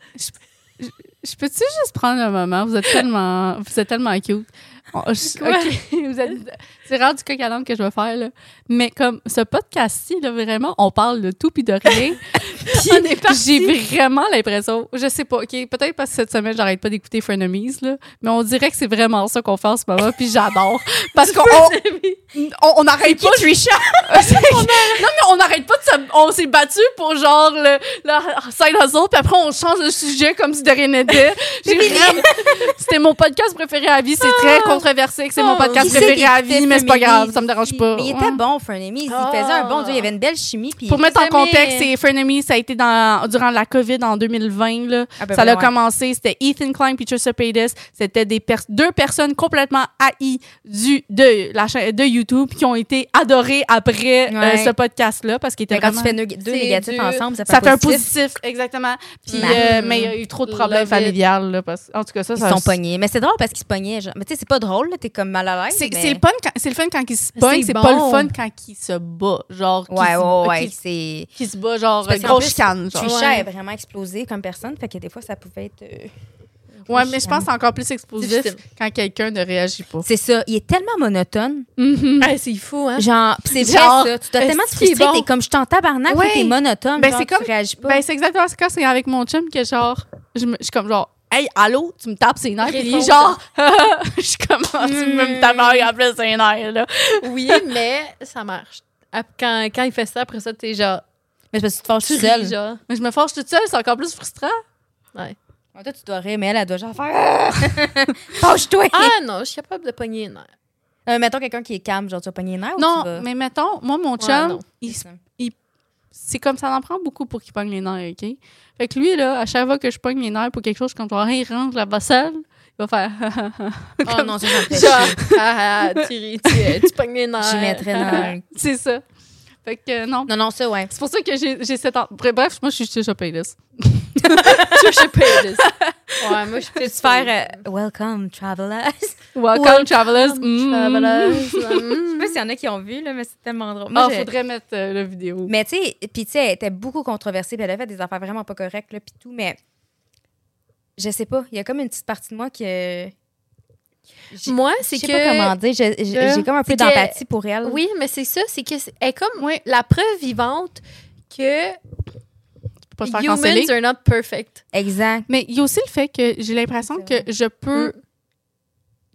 Je peux-tu juste prendre un moment? Vous êtes tellement, vous êtes tellement cute. Oh, je-
Quoi?
ok, vous êtes- c'est rare du coq à l'âne que je vais faire, là. Mais comme ce podcast-ci, là, vraiment, on parle de tout puis de rien. Puis
On est parti.
J'ai vraiment l'impression, je sais pas, OK, peut-être parce que cette semaine, j'arrête pas d'écouter Frenemies, là, mais on dirait que c'est vraiment ça qu'on fait en ce moment, puis j'adore. Parce qu'on on, on arrête pas... on a- Non, mais on n'arrête pas de se- On s'est battu pour, genre, le, le side hustle, puis après, on change de sujet comme si de rien n'était. J'ai vraiment- C'était mon podcast préféré à vie. C'est très controversé que c'est mon
Ah.
podcast
Qui c'est
préféré
qui
à
était
vie, mais c'est pas
féministe?
grave, ça me dérange pas.
Mais il
Ouais.
était bon, Frenemies. Il
Ah.
faisait un bon duo. Il y avait une belle chimie. Puis
Pour mettre en
Jamais.
contexte, c'est Frenemies, ça a été dans, durant la COVID en 2020. Là.
À peu près,
Ça a
Ben ouais.
commencé, c'était Ethan Klein puis Trisha Paytas. C'était des pers- deux personnes complètement haïes du, de, la chaîne, de YouTube qui ont été adorées après euh,
Ouais.
ce podcast-là parce qu'il était
Mais quand tu
vraiment-
fais neg- deux
C'est
négatifs
du-
ensemble, ça fait,
ça fait un
positif.
positif, exactement. Puis,
Mm.
euh, mais il y a eu trop de problèmes
Love it.
familiales. Là, parce... En tout cas, ça,
Ils
ça-
se sont pognés. Mais c'est drôle parce qu'ils se pognaient. genre. Mais tu sais, c'est pas drôle. là, T'es comme mal à l'aise.
C'est
mais-
c'est le, fun quand- c'est le fun quand ils se
C'est
pognent, c'est pas le
bon.
fun quand ils se bat. Genre, qu'ils
Ouais,
se,
ouais, ouais.
qu'ils-
C'est.
qu'ils se bat, genre,
parce qu'en
grosse
plus,
chicane. genre.
Trisha
Ouais.
est vraiment explosée comme personne. Fait que des fois, ça pouvait être. euh,
Ouais, mais je pense que c'est encore plus explosif
Difficile.
quand quelqu'un ne réagit pas.
C'est ça. Il est tellement monotone. Mm.
Ah, c'est fou, hein?
Genre, pis c'est vrai
Genre,
ça. Tu t'as
est-ce
tellement
qu'il est
frustré,
bon?
t'es comme je t'en tabarnak,
Ouais.
puis t'es monotone.
Ben,
genre,
c'est
tu
comme-
réagis pas.
Ben, c'est exactement ce cas, c'est avec mon chum que genre, je, me- je suis comme genre, hey, allô, tu me tapes ses nerfs, puis il est
Réponds.
genre, je suis comme, Ah, tu veux me taper en plus ses nerfs, là.
Oui, mais ça marche. Ap- Quand, quand il fait ça, après ça, t'es genre.
mais c'est parce que tu te fâches
Tu
tout
ris,
seul.
genre.
Mais je me force toute seule, c'est encore plus frustrant.
Ouais, Toi, tu dois rire, mais elle, elle doit genre faire. Fâche-toi!
Ah non, je suis capable de pogner une heure.
Euh, mettons quelqu'un qui est calme, genre tu vas pogner les nerfs ou
Non,
tu vas-
mais mettons, moi, mon chum,
non.
il se
C'est ça.
c'est comme ça en prend beaucoup pour qu'il pogne les nerfs, OK? Fait que lui, là, à chaque fois que je pogne les nerfs pour quelque chose, comme genre, hey, range la vaisselle, il va faire.
Oh non, ça, ça me fait
Genre,
chier.
ah, ah, tu ris, tu, tu pognes les nerfs.
J'y mettrais dans...
c'est ça. Fait que euh, non.
euh, Non, non, ça, ouais.
C'est pour ça que j'ai j'ai cette. en- Bref, bref, moi, je suis Tisha Paytas.
Je sais pas. je sais. Ouais, moi, je peux
Tu faire euh, Welcome, travelers.
Welcome,
Welcome,
travelers.
Hmm.
Mm.
hmm. Je sais pas s'il y en a qui ont vu, là, mais c'est tellement drôle.
Ah,
Moi, je-
faudrait mettre euh, la vidéo.
Mais tu sais, puis tu sais, elle était beaucoup controversée, puis elle a fait des affaires vraiment pas correctes, là, puis tout, mais je sais pas, il y a comme une petite partie de moi que. j'ai-
Moi,
Je
c'est
sais
que.
pas comment dire, j'ai- j'ai j'ai comme un peu
C'est que-
d'empathie pour
Euh,
elle.
Oui, mais c'est ça, c'est que c'est elle est comme la preuve vivante que
Tu peux pas se faire
humans
canceller.
are not perfect.
Exact.
Mais il y a aussi le fait que j'ai l'impression
C'est
que je peux.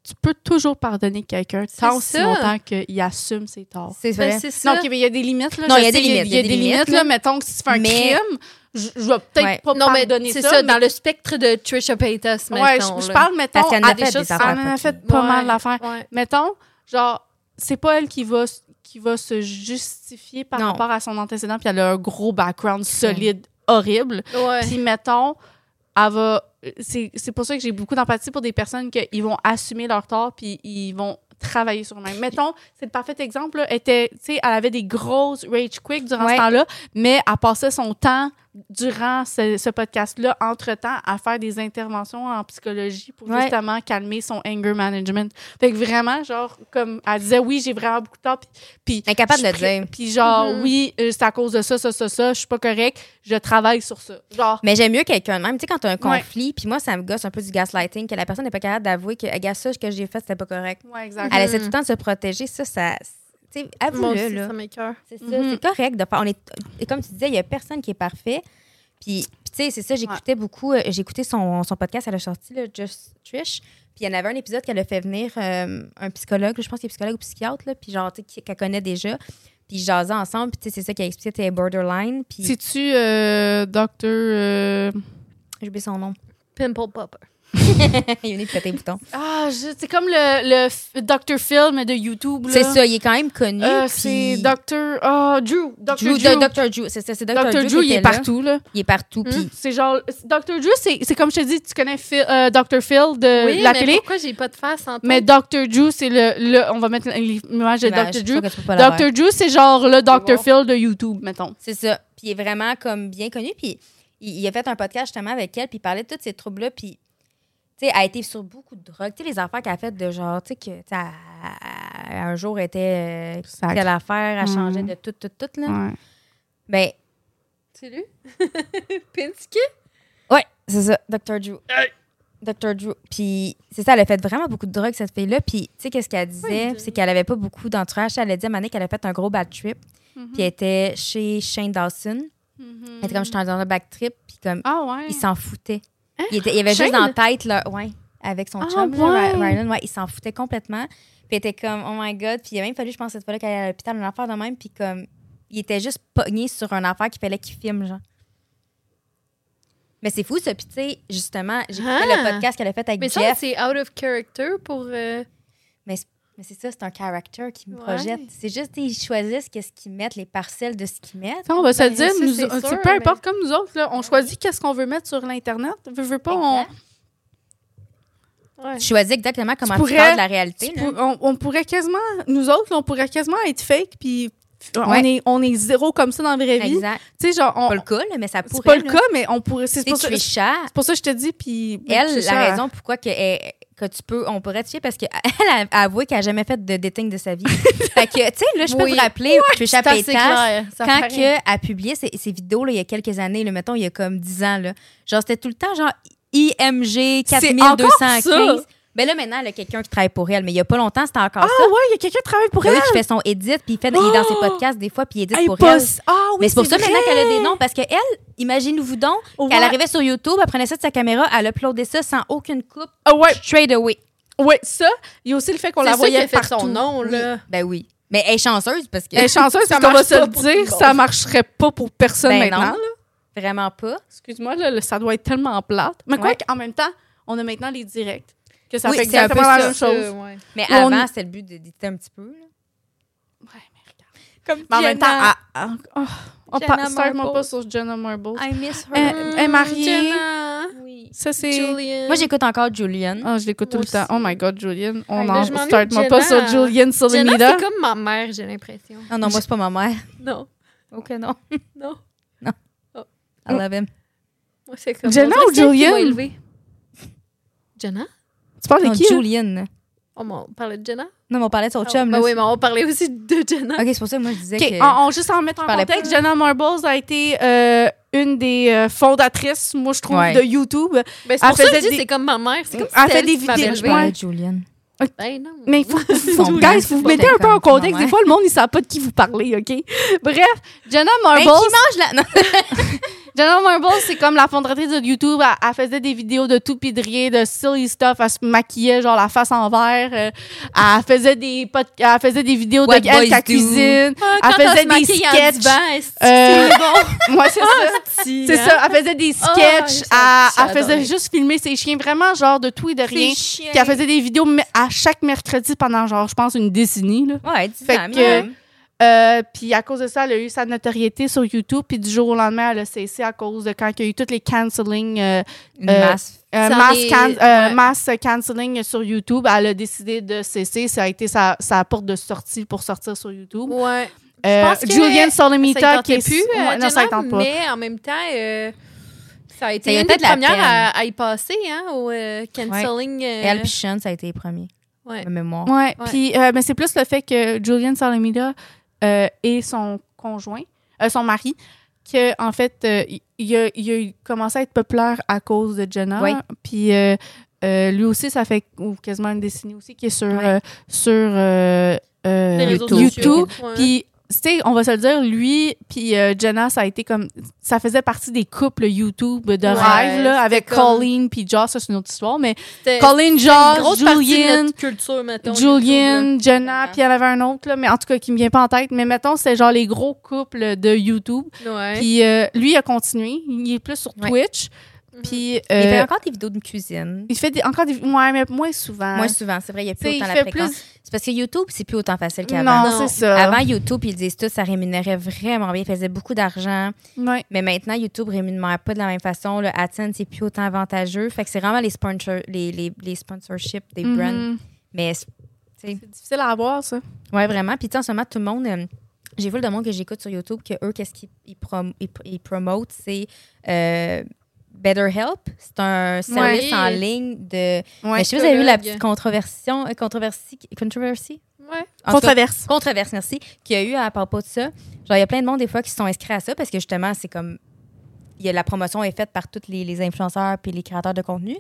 Tu peux toujours pardonner quelqu'un tant aussi
ça.
longtemps qu'il assume ses torts.
C'est
Ben,
vrai.
c'est ça.
Non, ok, mais il y a des limites. Là,
Non,
Je
il y a
sais,
des limites,
Il y a des limites. là, mettons que si tu fais un
Mais-
crime, je, je vais peut-être
Ouais.
pas
non, mais
pardonner
c'est
ça.
ça, dans le spectre de Trisha Paytas,
ouais,
mettons,
je, je
là.
parle, mettons,
Parce qu'elle en a
à des
fait
choses-
des affaires
elle en a
pas
fait
cool.
pas
Ouais.
mal d'affaires.
Ouais.
Mettons, genre, c'est pas elle qui va, s- qui va se justifier par
Non.
rapport à son antécédent, puis elle a un gros background solide, horrible.
Ouais.
Puis mettons, elle va. C'est c'est pour ça que j'ai beaucoup d'empathie pour des personnes qui vont assumer leur tort puis ils vont travailler sur eux-mêmes. Mettons, c'est le parfait exemple. Là, Elle était, tu sais, elle avait des grosses rage quick durant
Ouais.
ce temps-là, mais elle passait son temps durant ce, ce podcast-là, entre-temps, à faire des interventions en psychologie pour
Ouais.
justement calmer son anger management. Fait que vraiment, genre, comme elle disait, oui, j'ai vraiment beaucoup de tort. Puis, puis
Incapable de
je
le
suis
dire.
pr- Puis genre,
Mhm.
oui, euh, c'est à cause de ça, ça, ça, ça, je suis pas correct, je travaille sur ça. Genre,
Mais j'aime mieux quelqu'un de même. Tu sais, quand t'as un
Ouais.
conflit, puis moi, ça me gosse un peu du gaslighting, que la personne n'est pas capable d'avouer que, gars, ça, ce que j'ai fait, c'était pas correct.
Ouais, exact.
Elle
Mhm.
essaie tout le temps de se protéger. Ça, ça. Tu sais,
Moi
avoue-le,
aussi,
là.
ça m'écoeure.
C'est ça,
Mhm.
c'est correct. De pas, on est, et comme tu disais, il n'y a personne qui est parfait. Puis, puis tu sais, c'est ça, j'écoutais beaucoup, euh, j'écoutais son, son podcast, elle a sorti, le Just Trish. Puis, il y en avait un épisode qu'elle a fait venir euh, un psychologue, je pense qu'il est psychologue ou psychiatre, là, puis genre, tu sais, qui- qu'elle connaît déjà. Puis, ils jasaient ensemble, puis tu sais, c'est ça qu'elle expliquait, t'es borderline. Puis,
C'est-tu euh, docteur. euh,
j'ai oublié son nom.
Pimple Popper.
il est venu péter les boutons.
Ah, je- c'est comme le, le f- Dr. Phil, mais de YouTube. là.
C'est ça, il est quand même connu. puis-
Euh, c'est Dr. Ah, Drew. Dr.
Drew,
Drew.
de- Dr. Drew, c'est ça, c'est Dr.
Dr.
Drew.
Drew,
qui
il
était
est
là.
partout, Hmm? là.
Il est partout, puis
C'est genre. Dr. Drew, c'est c'est comme je te dis, tu connais Phil- euh, Dr. Phil de
oui,
la
mais
télé.
pourquoi j'ai pas de face en tête?
Mais Dr. Drew, c'est le, le- On va mettre l'image de
ben, je
Dr.
suis
Drew.
sûre que tu peux pas l'avoir.
Dr. Drew, c'est genre le Dr.
voir.
Phil de YouTube, mettons.
C'est ça. Puis il est vraiment comme bien connu. Puis il, il a fait un podcast justement avec elle, puis il parlait de tous ces troubles-là. Puis, tu sais, elle a été sur beaucoup de drogues. Tu sais, les affaires qu'elle a faites de genre, tu sais, que, tu sais, elle- elle- un jour, elle était. Euh,
Sacre.
telle affaire, elle
Mhm.
changeait de tout, tout, tout, là.
Ouais.
Ben,
C'est lui? Pinsky?
ouais, c'est ça, Dr. Drew. Dr. Drew. Puis, c'est ça, elle a fait vraiment beaucoup de drogues, cette fille-là. Puis, tu sais, qu'est-ce qu'elle disait?
Oui.
c'est qu'elle avait pas beaucoup d'entourage. Elle a dit à un moment donné qu'elle a fait un gros bad trip.
Mhm.
Puis, elle était chez Shane Dawson. Elle était comme, je suis dans un bad trip. Puis, comme,
Ah, ouais.
il s'en foutait. Il, était, il avait juste dans
Hein? Shane?
la tête, là, ouais, avec son
Ah,
chum, là, Ry-
ouais.
Rylan, ouais, il s'en foutait complètement. Puis il était comme, oh my god. Puis il a même fallu, je pense, cette fois-là, qu'elle allait à l'hôpital, une affaire de même. Puis comme, il était juste pogné sur une affaire qu'il fallait qu'il filme, genre. Mais c'est fou, ça. Puis tu sais, justement, j'ai écouté
Ah!
le podcast qu'elle a fait avec
Mais ça,
Jeff.
c'est out of character pour... euh,
mais c'est ça, c'est un character qui me
Ouais.
projette. C'est juste, ils choisissent qu'est-ce qu'ils mettent, les parcelles de ce qu'ils mettent.
Ça, on va se
Ben,
le dire,
ça,
nous-
c'est
c'est
sûr,
peu
mais-
importe comme nous autres, là, on choisit qu'est-ce qu'on veut mettre sur l'Internet. Veux, veux pas, on,
Exact.
Ouais.
Tu choisis exactement comment tu
pourrais-
parles de la réalité.
tu
là.
pour- on, on pourrait quasiment, nous autres, là, on pourrait quasiment être fake, puis on,
Ouais.
est, on est zéro comme ça dans la vraie vie.
Exact.
Tu sais, genre,
C'est
on-
pas le cas, là, mais ça pourrait.
c'est pas le
là.
cas, mais on pourrait. C'est
Tu
pour,
sais,
ça-
tu es chat,
c'est pour ça que je te dis, puis. ben,
elle,
c'est
la
ça.
raison pourquoi que, elle- que tu peux, on pourrait te fier parce qu'elle a a avoué qu'elle n'a jamais fait de dating de sa vie. fait que, tu sais, là, je peux
Oui.
te rappeler,
C'est
Trisha
assez
Paytas,
clair. Ça
quand
paraît.
que elle a publié ses, ses vidéos, là, il y a quelques années, là, mettons, il y a comme 10 ans, là, genre, c'était tout le temps, genre, IMG
C'est encore
4215.
ça?
Mais Ben là, maintenant, elle a quelqu'un qui travaille pour elle, mais il n'y a pas longtemps, c'était encore
Ah,
ça.
ouais, il y a quelqu'un qui travaille pour
Ben
elle.
oui, qui fait son edit, puis il, fait, il est dans ses
Oh!
podcasts des fois, puis il édite
Hey,
pour
pas-
elle.
Ah, oui,
mais c'est pour ça maintenant qu'elle a des
vrai.
noms, parce qu'elle, imaginez-vous donc,
Ouais.
qu'elle arrivait sur YouTube, elle prenait ça de sa caméra, elle uploadait ça sans aucune coupe,
Ah, ouais,
straight away.
ouais, ça. Il y a aussi le fait qu'on
C'est
la
sûr
voyait
qu'il a fait son
partout.
nom, là.
Ben oui. Mais elle est chanceuse parce que.
Elle est chanceuse, parce
Ça
qu'on va
marche
se
pas
le
pour tout le
dire,
monde.
ça marcherait pas pour personne
Ben non,
maintenant.
Vraiment pas.
Excuse-moi, là, le- ça doit être tellement plate. Mais quoi
Ouais.
qu'en même temps, on a maintenant les directs. Que ça
Oui,
fait
c'est un peu
exactement la
ça.
même chose.
Euh, ouais.
Mais
Ou on-
avant, c'était le but d'éditer un petit peu. là. Comme
Mais en même temps,
Jenna.
ah, ah, oh,
Jenna
pas- starte-moi
Marbles.
pas sur Jenna Marbles.
I miss her.
Elle- elle est mariée.
Hum, Mm. Jenna.
Oui.
Ça, c'est.
Julian.
Moi, j'écoute encore Julian.
Ah, je l'écoute tout
Moi
le temps.
aussi.
Oh my god, Julian. On
Ouais,
en
mais
je m'ennuie de
starte-moi pas sur
Jenna.
Julian
Jenna,
Solomida.
c'est comme ma mère, j'ai l'impression.
Ah Non, non, moi, c'est pas ma mère.
Non,
Ok, non.
non.
I love him.
Moi, c'est comme
Jenna ou
on dirait que c'est elle qui
Julian?
m'a élevée. Jenna?
Tu parles
Non,
de qui? là?
Julian.
Oh, mais on parlait de Jenna?
Non, mais on parlait de son
Oh,
chum.
ben
là.
oui, mais on parlait aussi de Jenna.
Ah, Ok, c'est pour ça que moi, je disais
OK,
que.
on, on- juste en mettre en
parlais pas.
contexte, Jenna Marbles a été euh, une des euh, fondatrices, moi, je trouve,
Ouais.
de YouTube.
Ben, c'est
Elle
pour ça que
fait
je dis,
des-
c'est comme ma mère. C'est comme si
Elle
c'était
fait
elle
des
qui m'avait
vidéos.
Je
élevée.
Ouais.
parlais de Julian.
Ben non.
Mais il faut, faut-
Julian,
guys,
c'est
vous vous
pas
mettez un peu
quelqu'un
en contexte.
qui
Des fois, le monde, il ne savent pas de qui vous parlez, OK? Bref, Jenna
Hey,
Marbles,
qui mange là? Non.
Jenna Marble, c'est comme la fondatrice de YouTube. Elle, elle faisait des vidéos de tout pis de rien, de silly stuff. Elle se maquillait, genre la face en verre. Euh, Elle faisait des, pod- elle faisait des vidéos
What
de elle
boys
qui
do.
cuisine.
Ah, Quand
faisait
on se
des
maquille en
sketchs.
divan, est-ce que
Euh,
ben, c'est bon. Ah, hein.
Moi, c'est ça. C'est ça, elle faisait des
Oh,
sketchs,
ça-
elle, elle
j'adore.
faisait juste filmer ses chiens, vraiment genre de tout et de rien.
chien.
Puis elle faisait des vidéos me- à chaque mercredi pendant genre, je pense, une décennie. Là.
Ouais, dix
Fait
ans,
que-
minimum.
Euh, puis à cause de ça, elle a eu sa notoriété sur YouTube. Puis du jour au lendemain, elle a cessé à cause de quand il y a eu toutes les cancelling, euh,
Une
euh,
masse.
euh,
Ça
mass,
les-
can- euh,
ouais.
mass cancelling sur YouTube. Elle a décidé de cesser. Ça a été sa, sa porte de sortie pour sortir sur YouTube.
Ouais.
Euh,
pense que
Julian
ça y
Solomita qui
tentait
est...
plus, euh,
Ouais, non, ça y
Jenna,
tente pas.
Mais en même temps, euh, ça a
Ça y
été
a
une
fait
des
de la
premières
peine.
à, à y passer, hein, au euh, canceling. euh,
Elle puis Sean, ça a été les premiers.
ouais.
de mémoire.
Ouais,
Ouais.
puis euh, mais c'est plus le fait que Julian Salamida euh, et son conjoint, euh, son mari, que en fait, euh, il- il a, il a eu- commencé à être populaire à cause de Jenna.
Oui.
Puis euh, euh, lui aussi, ça fait ou quasiment une décennie aussi qu'il est sur,
Ouais.
euh, sur euh, euh,
Les réseaux
YouTube.
sociaux. Ouais.
Puis, tu sais, on va se le dire, lui puis euh, Jenna, ça a été comme... Ça faisait partie des couples YouTube de
Ouais,
rêve, là,
c'était
avec
comme-
Colleen puis Joss, ça, c'est une autre histoire, mais
C'était-
Colleen,
c'était une
Joss,
grosse partie de
Julian,
notre culture, mettons, YouTube,
Julian, Jenna,
Vraiment.
puis il y en avait un autre, là, mais en tout cas, qui me vient pas en tête. Mais mettons, c'est genre les gros couples de YouTube.
là. Ouais.
Puis euh, lui, il a continué. Il est plus sur
Ouais.
Twitch.
Mhm.
Puis
Il fait
euh,
encore des vidéos de cuisine.
il fait des- encore des. Ouais, mais moins souvent.
Moins souvent, c'est vrai, il n'y a
Tu sais,
plus autant
Hein? il
la
fait
fréquence.
plus.
C'est parce que YouTube, c'est plus autant facile qu'avant.
Non,
Non.
c'est ça.
Avant YouTube, ils disent tout, ça rémunérait vraiment bien, ils faisaient beaucoup d'argent.
Ouais.
Mais maintenant, YouTube rémunère pas de la même façon. Le AdSense, c'est plus autant avantageux. Fait que c'est vraiment les, sponsor- les, les, les sponsorships des brands.
Mhm.
Mais c'est-
C'est difficile à avoir, ça.
ouais, vraiment. Puis tu sais, en ce moment, tout le monde, euh, j'ai vu le monde que j'écoute sur YouTube, que eux, qu'est-ce qu'ils ils prom- ils pr- ils promotent, c'est euh, BetterHelp. C'est un service
Ouais.
en ligne de.
Ouais.
Mais je sais pas si vous avez vu la
psychologue.
petite controversion, euh, controversie, controversie?
Ouais.
En tout cas,
Controverse.
controverse, merci, qu'il y a eu à propos de ça. Genre, il y a plein de monde, des fois, qui se sont inscrits à ça parce que justement, c'est comme. il y a- la promotion est faite par tous les, les influenceurs puis les créateurs de contenu.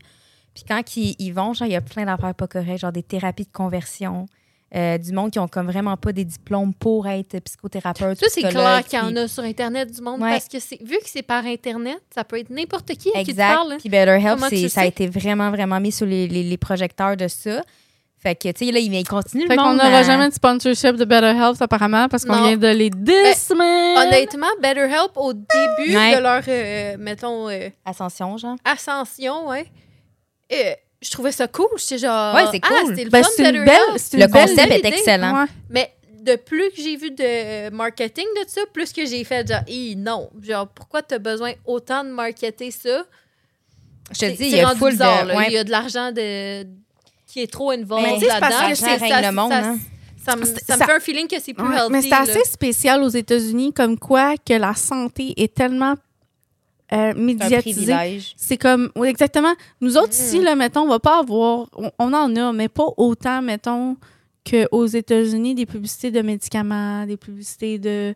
Puis quand ils, ils vont, genre, il y a plein d'affaires pas correctes, genre des thérapies de conversion, euh, du monde qui ont comme vraiment pas des diplômes pour être psychothérapeute.
Ça, c'est
psychologue,
clair qu'il y en
puis-
a sur Internet du monde
Ouais.
parce que c'est vu que c'est par Internet, ça peut être n'importe qui à qui te parle. hein.
Exact. Puis BetterHelp,
Comment tu
c'est- ça a
sais?
été vraiment, vraiment mis sur les, les- les projecteurs de ça. Fait que, tu sais, là, il, il continue le
Fait qu'on
monde.
n'aura
à-
jamais de sponsorship de Better Health, apparemment, parce qu'on
Non.
vient de les semaines.
Honnêtement, BetterHelp, au début
Ouais.
de leur, euh, mettons, euh,
Ascension, genre.
ascension, ouais, euh, je trouvais ça cool. J'étais genre,
Ouais, c'est
Ah,
cool.
c'est le
Ben,
fun,
c'est une
BetterHelp.
belle. c'est une
Le
belle
concept est
idée.
excellent.
Ouais.
Mais de plus que j'ai vu de marketing de ça, plus que j'ai fait, genre, Hi, non, genre, pourquoi t'as besoin autant de marketer ça?
Je te
C'est-
dis, il
c'est
y a
rendu
full
bizarre,
de.
là.
ouais.
Il y a de l'argent de... qui est trop involved
Mais
là-dedans.
tu sais, c'est
parce que
Puis
l'argent règle le monde, hein.
ça, me,
C'est-
ça me
ça-
fait un feeling que c'est plus
Ouais,
healthy.
mais c'est
là.
assez spécial aux États-Unis, comme quoi que la santé est tellement euh,
C'est un
médiatisée.
privilège.
C'est comme, oui, exactement. Nous autres,
Mm.
ici, là, mettons, on va pas avoir, on, on en a, mais pas autant, mettons, qu'aux États-Unis, des publicités de médicaments, des publicités de.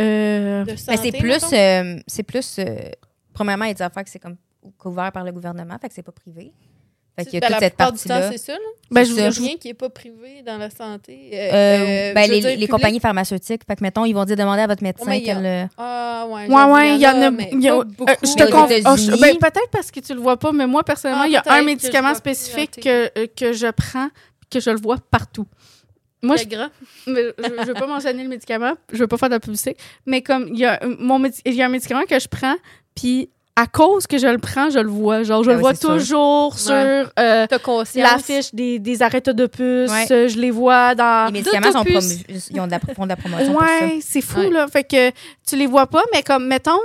euh,
De
Mais
santé,
Ben, c'est plus,
mettons.
euh, c'est plus euh, premièrement, il y a des affaires que c'est comme couvert par le gouvernement, fait que c'est pas privé. Fait qu'il y
Dans
a toute
ben, la
cette
plupart du temps,
partie-là.
C'est ça, là.
ben,
c'est
je,
ça.
je-
rien qui n'est pas privé dans la santé. euh,
Euh,
euh,
ben,
je veux
les,
dire,
les
public.
compagnies pharmaceutiques, fait que mettons, ils vont dire demander à votre médecin
mais il y a-
quel, euh,
Ah, ouais.
Ouais,
j'avoue,
ouais, il y en a.
mais
il y a-
pas
euh,
beaucoup.
je
Mais
te
aux
conf-
États-Unis-
oh, je- ben, peut-être parce que tu le vois pas, mais moi, personnellement,
Ah,
il y a
peut-être
un
que je
médicament
vois plus
spécifique
orientée.
que, euh, que je prends, que je le vois partout. Moi, je,
Très grand.
mais je, je veux pas mentionner le médicament, je veux pas faire de publicité, mais comme il y a mon médi- il y a un médicament que je prends, puis à cause que je le prends, je le vois, genre je
Ah
le
oui,
vois
c'est sûr.
toujours sur euh,
T'as conscience.
l'affiche des, des arrêtés de puce,
Ouais.
euh, je les vois dans
les médicaments sont
d'autopus.
promus- ils ont de la, font de la promotion pour ça.
Ouais, c'est fou
Ouais.
là, fait que tu les vois pas mais comme mettons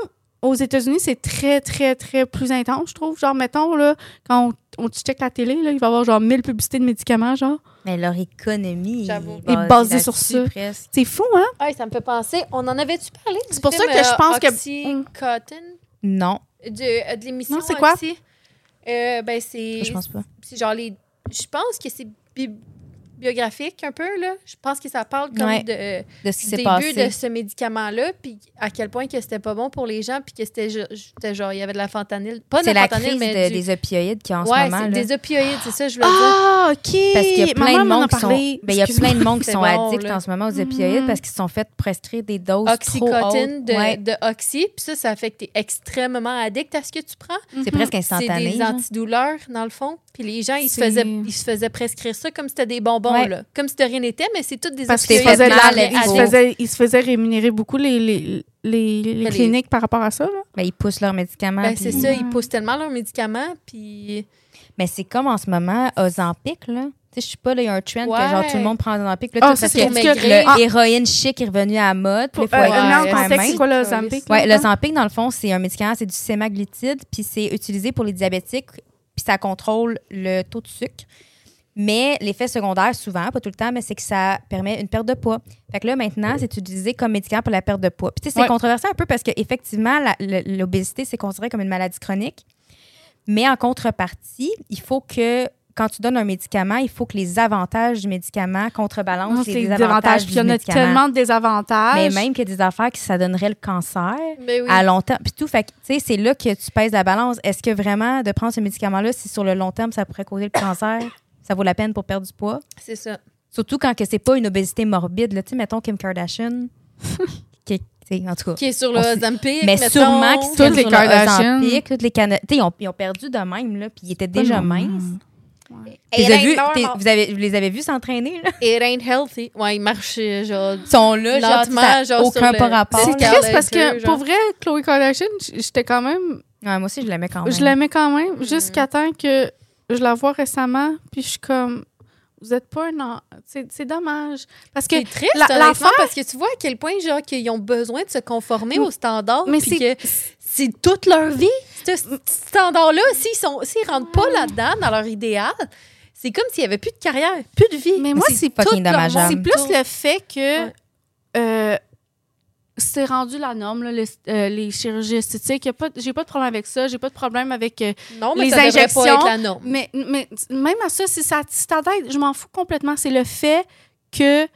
aux États-Unis, c'est très très très plus intense, je trouve, genre mettons là quand on, on check la télé là, il va y avoir genre 1000 publicités de médicaments genre.
Mais leur économie
J'avoue.
est
Est basée sur
là-dessus,
ça.
presque.
C'est fou hein
Ouais, ça me fait penser. On en avait-tu parlé? du
C'est pour
film,
ça que je
euh,
pense que- Mm.
Oxycontin?
Non,
De, de l'émission.
Non, c'est quoi?
Oxy? Euh, ben, c'est.
je pense pas.
C'est genre les. Je pense que c'est. bi- biographique un peu, là. Je pense que ça parle comme
Ouais.
de,
de ce qui
du
s'est
début
passé.
de ce médicament-là, puis à quel point que c'était pas bon pour les gens, puis que c'était ju- c'était genre, il y avait de la fentanyl. Pas de
C'est
la
la
fentanyl,
crise
mais
de-
du-
des opioïdes qui en ce
ouais,
moment.
c'est
là.
des opioïdes, c'est ça, je veux dire.
Ah, OK.
Parce qu'il y a
Ma
plein de
maman m'en
monde qui sont,
parlait.
ben, il y a
Excuse-moi.
plein de monde qui
C'est
sont
bon,
addicts
là. Mm-hmm.
en ce moment aux opioïdes
Mhm.
parce qu'ils se sont fait prescrire des doses Oh, trop
Oxycotine
hautes.
de,
Ouais.
de oxy, puis ça, ça fait que t'es extrêmement addict à ce que tu prends.
Mm-hmm.
C'est presque
C'est
instantané.
des
genre.
antidouleurs, dans le fond. Puis les gens, ils se,
C'est-
faisaient, ils se faisaient prescrire ça comme si c'était des bonbons,
Ouais.
là. Comme si de rien n'était, mais c'est toutes des
Parce
que
qu'ils
tu
se
fais
faisaient
mal
de
à
l'argent. ils, se
l'ego.
faisaient- ils se faisaient rémunérer beaucoup les, les, les, les
Mais les-
cliniques par rapport à ça. là.
Ben, ils poussent leurs médicaments.
Ben,
puis-
c'est ça, ils poussent tellement leurs médicaments, puis...
Mais c'est comme en ce moment, Ozempic, là. Tu sais, je sais pas, là, il y a un trend
Ouais.
que genre tout le monde prend Ozempic. Là,
Ah,
tout-
ça,
parce
c'est
que
pour maigrir.
le-
Ah.
l'héroïne chic est revenue à la mode. Puis
Pour,
il faut
euh,
être
Ouais.
non,
quand
contexte, c'est
même.
quoi le
Ouais,
Ozempic?
Ouais,
là?
le Zampic, dans le fond, c'est un médicament, c'est du sémaglutide, puis c'est utilisé pour les diabétiques, puis ça contrôle le taux de sucre. Mais l'effet secondaire, souvent, pas tout le temps, mais c'est que ça permet une perte de poids. Fait que là, maintenant, c'est utilisé comme médicament pour la perte de poids. Puis tu sais, c'est
Ouais.
controversé un peu parce qu'effectivement, l'obésité, c'est considéré comme une maladie chronique. Mais en contrepartie, il faut que, quand tu donnes un médicament, il faut que les avantages du médicament contrebalancent
Non,
les
Ah, c'est des avantages.
désavantages
Puis
du
il y en a
médicament.
tellement de désavantages.
Mais même que des affaires qui ça donnerait le cancer
Mais ben oui.
à long terme. Puis tout, fait que, tu sais, c'est là que tu pèses la balance. Est-ce que vraiment de prendre ce médicament-là, si sur le long terme, ça pourrait causer le cancer, ça vaut la peine pour perdre du poids?
C'est ça.
Surtout quand que c'est pas une obésité morbide. là. Tu sais, mettons Kim Kardashian, qui est- tu sais, en tout cas.
Qui est sur le
On sait-
Zampic,
Mais sûrement qu'ils
qui
sont
Toutes les
sur le
Kardashian.
Ozempic, toutes les Cana- tu sais, Ils ont, ils ont perdu de même, là, puis ils étaient déjà
Mmh.
minces.
It
T'es- t'as
ain't
vu-
normal.
t'es- vous, avez, vous les avez vus s'entraîner, là?
It ain't healthy. Ouais, ils marchent, euh, genre...
Ils sont là, genre, tu sais, ça a
Lentement, genre,
aucun
sur
pas
le-
rapport.
C'est
Oh,
là.
là.
triste parce
Kardashian,
que,
genre.
pour vrai, Chloé Kardashian, j- j'étais quand même...
Ouais, moi aussi, je l'aimais quand même.
Je l'aimais quand même jusqu'à temps que je la vois récemment. Puis je suis comme... Vous êtes pas un... en- C'est c'est dommage. Parce que
C'est triste,
la-
honnêtement,
l'affaire-
parce que tu vois à quel point, genre, qu'ils ont besoin de se conformer
Mm.
aux standards,
Mais
puis
c'est-
que c'est toute leur vie, ce ce standard-là. S'ils sont, s'ils rentrent
Mm.
pas là-dedans, dans leur idéal, c'est comme s'il y avait plus de carrière, plus de vie.
Mais moi,
C'est
c'est
fucking
tout leur monde.
dommageable.
C'est plus le fait que
Ouais.
euh, c'est rendu la norme, là, le- euh, les chirurgies esthétiques. Y a pas, j'ai pas de problème avec ça. J'ai pas de problème avec. euh,
Non, mais
Les
ça devrait pas
injections,
être la norme.
mais, mais même à ça, si ça si ça t'aide, je m'en fous complètement. C'est le fait que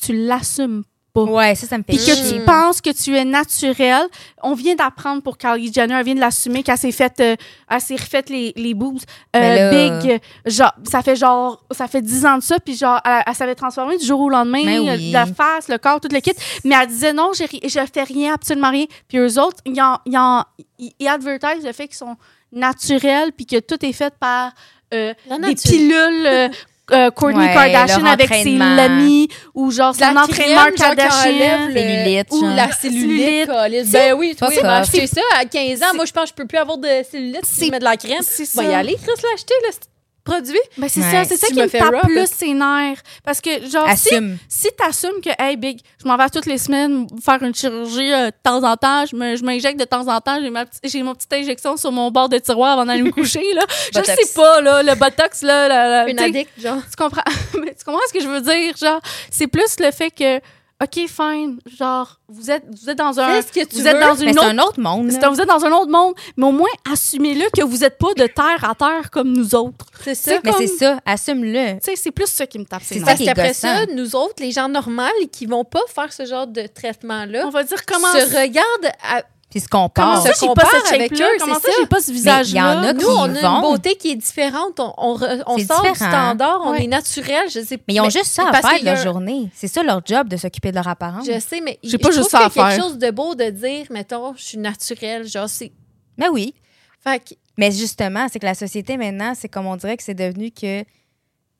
tu l'assumes pas.
Ouais, ça, ça me fait
Puis que
chier.
tu penses que tu es naturel. On vient d'apprendre pour Kylie Jenner, elle vient de l'assumer qu'elle s'est faite, euh, elle s'est refaite les, les boobs euh,
Mais là-
big. euh, Genre, ça fait genre, ça fait 10 ans de ça, puis genre, elle, elle s'avait transformée du jour au lendemain,
Mais
euh,
oui.
la face, le corps, tout le kit. Mais elle disait non, j'ai ri- je fais rien, absolument rien. Puis eux autres, ils, en- ils, en- ils- ils advertisent le fait qu'ils sont naturels, puis que tout est fait par euh,
La
des
nature.
pilules. euh, euh, Kourtney
Ouais,
Kardashian
leur
avec ses
entraînement.
lamis ou genre son
crème,
entraîneur
genre, qui
Kardashian.
enlève le-
Cellulite,
Ou
genre.
la cellulite,
Cellulite.
calice. Ben oui,
Fuck
oui, ben,
off.
acheter ça à 15 ans. Moi, je pense que je peux plus avoir de cellulite si je
C'est-
mets de la crème.
C'est ça.
Va Hein? y aller, Chris, l'acheter, le produit.
Ben, c'est
Ouais.
ça, c'est ça
Tu
qui
me
me
fais
tape
rough, hein.
plus ses nerfs. Parce que, genre,
Assume.
si, si t'assumes que, hey, big, je m'en vais toutes les semaines faire une chirurgie euh, de temps en temps, je me- je m'injecte de temps en temps, j'ai ma, petite- j'ai mon petite injection sur mon bord de tiroir avant d'aller me coucher, là. je
Botox.
sais pas, là, le botox, là, la- la-
Une
t'sais,
addict, genre.
tu comprends, mais tu comprends ce que je veux dire? Genre, c'est plus le fait que, OK, fine, genre, vous êtes, vous êtes dans un.
Qu'est-ce que tu
Vous êtes
veux?
dans
Mais
une
c'est
autre
un autre monde. là.
c'est- Vous êtes dans un autre monde, mais au moins assumez-le que vous n'êtes pas de terre à terre comme nous autres.
C'est ça.
Mais
comme-
c'est ça, assume-le.
Tu sais, c'est plus ça qui me tape.
C'est
nerfs.
ça
Parce
qui est
qu'après
gossant.
ça, nous autres, les gens normaux qui vont pas faire ce genre de traitement-là,
On va dire comment.
se regardent à-
Puis ce qu'on
Comment
pense.
ça,
se
j'ai pas
compare
cette
avec
shape-là?
eux,
Comment
c'est
ça,
ça.
j'ai pas ce
Mais il y en
visage-là?
a qui-
Nous, on a
vont.
une beauté qui est différente. On, on re- on
C'est
sort du
différent.
standard, on
Ouais.
est naturel. Je sais
Mais ils ont juste ça à
parce
faire
qu'il
de
y a
leur
un-
journée. C'est ça leur job de s'occuper de leur apparence.
Je sais, mais
Ah J'ai
je
pas
trouve
juste ça à
qu'il y a quelque
faire.
chose de beau de dire, mettons, je suis naturelle. Genre, c'est.
Mais oui.
Fait que
Mais justement, c'est que la société maintenant, c'est comme on dirait que c'est devenu que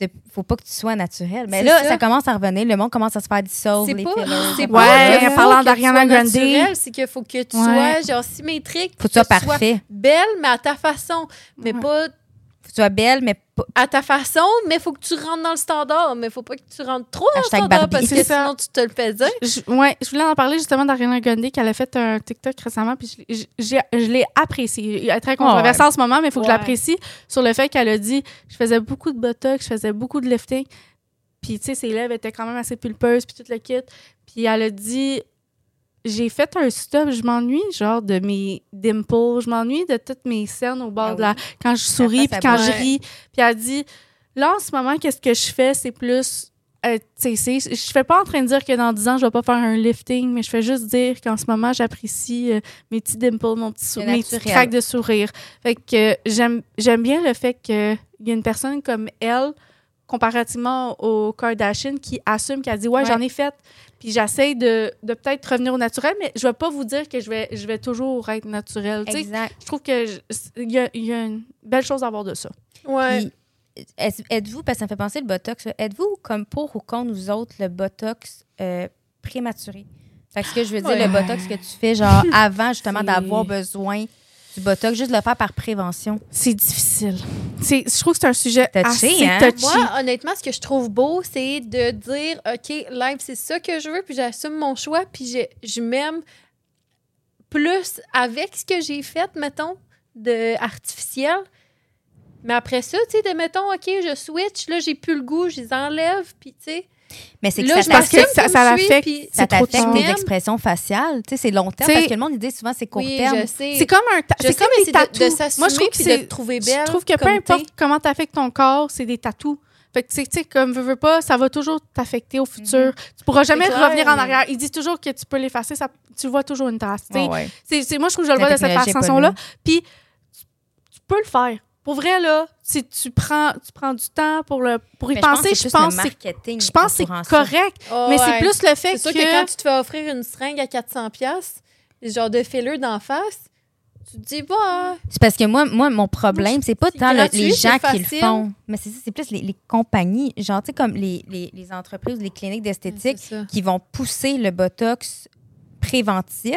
de... faut pas que tu sois naturel. Mais
C'est
là,
ça.
ça. commence à revenir. Le monde commence à se faire dissolve.
c'est
les
pas.
fillers.
C'est
Ouais,
pas
en parlant d'Ariana Grande.
naturel, C'est qu'il faut que tu
Ouais.
sois, genre, symétrique.
Faut que tu sois
que tu
parfait.
Belle, mais à ta façon. Mais
Ouais.
pas
Faut que tu sois belle, mais pas-
à ta façon, mais faut que tu rentres dans le standard. Mais faut pas que tu rentres trop dans le
Hashtag
standard
Barbie.
parce que
C'est ça.
sinon, tu te le fais dire.
Je, ouais, je voulais en parler justement d'Ariana Grande qui a fait un TikTok récemment, puis je, l'ai- j'ai- je l'ai apprécié. Elle est très controversée en ce moment, mais il faut que
Ouais.
je l'apprécie sur le fait qu'elle a dit je faisais beaucoup de botox, je faisais beaucoup de lifting, puis tu sais, ses lèvres étaient quand même assez pulpeuses, puis tout le kit. Puis elle a dit j'ai fait un stop, je m'ennuie genre de mes dimples, je m'ennuie de toutes mes scènes au bord
Ah
de la quand je souris
face
puis
à
quand
bouche.
je ris. Puis elle dit Là, en ce moment, qu'est-ce que je fais? C'est plus. euh, tu sais, c'est- je fais pas en train de dire que dans 10 ans, je vais pas faire un lifting, mais je fais juste dire qu'en ce moment, j'apprécie euh, mes petits dimples, mon petit sou-
Le
mes petits
naturel.
cracks de sourire. Fait que euh, j'aime j'aime bien le fait qu'il y a une personne comme elle, comparativement aux Kardashian, qui assume, qui a dit Ouais,
Ouais.
j'en ai fait. Puis j'essaie de, de peut-être revenir au naturel, mais je vais pas vous dire que je vais, je vais toujours être naturelle. Tu sais,
Exact.
je trouve que je- c'est- il y, a- il y a une belle chose à avoir de ça.
Ouais.
Puis, est- êtes-vous, parce que ça me fait penser le botox, là, êtes-vous comme pour ou contre nous autres le botox euh, prématuré? Fait que ce que je veux dire,
Ouais.
le botox que tu fais, genre avant justement
C'est-
d'avoir besoin du botox, juste le faire par prévention.
C'est difficile. C'est, je trouve que c'est un sujet
Touché,
assez
hein?
touchy.
Moi, honnêtement, ce que je trouve beau, c'est de dire OK, live, c'est ça que je veux, puis j'assume mon choix, puis je, je m'aime plus avec ce que j'ai fait, mettons, de artificiel. Mais après ça, tu sais, de mettons, OK, je switch, là, j'ai plus le goût, je les enlève, puis tu sais.
Mais c'est que
Là,
ça
je
Parce
t'affecte-
que ça,
m'assume comme
ça
je suis,
l'affecte.
puis
ça
c'est trop
t'affecte
tard.
tes expressions faciales. Tu sais, c'est long terme.
T'sais-
Parce que le monde, il dit souvent, c'est court
oui,
terme.
je sais.
C'est comme un ta-
je
c'est
sais,
comme
mais
des
c'est
tatous.
de, de
Moi, je
s'assumer
trouve que
puis de
c'est
te trouver
je
belle.
trouve que peu
comme t'es.
importe comment t'affectes ton corps, c'est des tatous. Fait que tu sais, tu sais, comme veux, veux pas, ça va toujours t'affecter au
Mhm.
futur. Tu pourras jamais
clair.
revenir en arrière. Ils disent toujours que tu peux l'effacer, ça, tu vois toujours une trace. tu sais.
Ouais, ouais.
C'est, c'est- moi, je trouve que je le
La
vois de cette
technologie est pas
façon-là.
là.
Puis, tu, tu peux le faire. Pour vrai, là, si tu prends, tu prends du temps pour, le, pour y
Mais
penser, je pense, que c'est-
marketing.
je pense que
entourant
c'est
ça.
correct.
Oh,
Mais
ouais.
c'est plus le fait
C'est sûr
que...
que... quand tu te fais offrir une seringue à 400$, piastres, genre de filler d'en face, tu te dis, bah,
C'est parce que moi, moi mon problème, c'est pas
c'est
tant le-
gratuit,
les gens
c'est
qui le
facile.
font, mais c'est ça, c'est plus les, les compagnies, genre, tu sais, comme les, les, les entreprises, les cliniques
c'est
d'esthétique
ça.
qui vont pousser le botox préventif.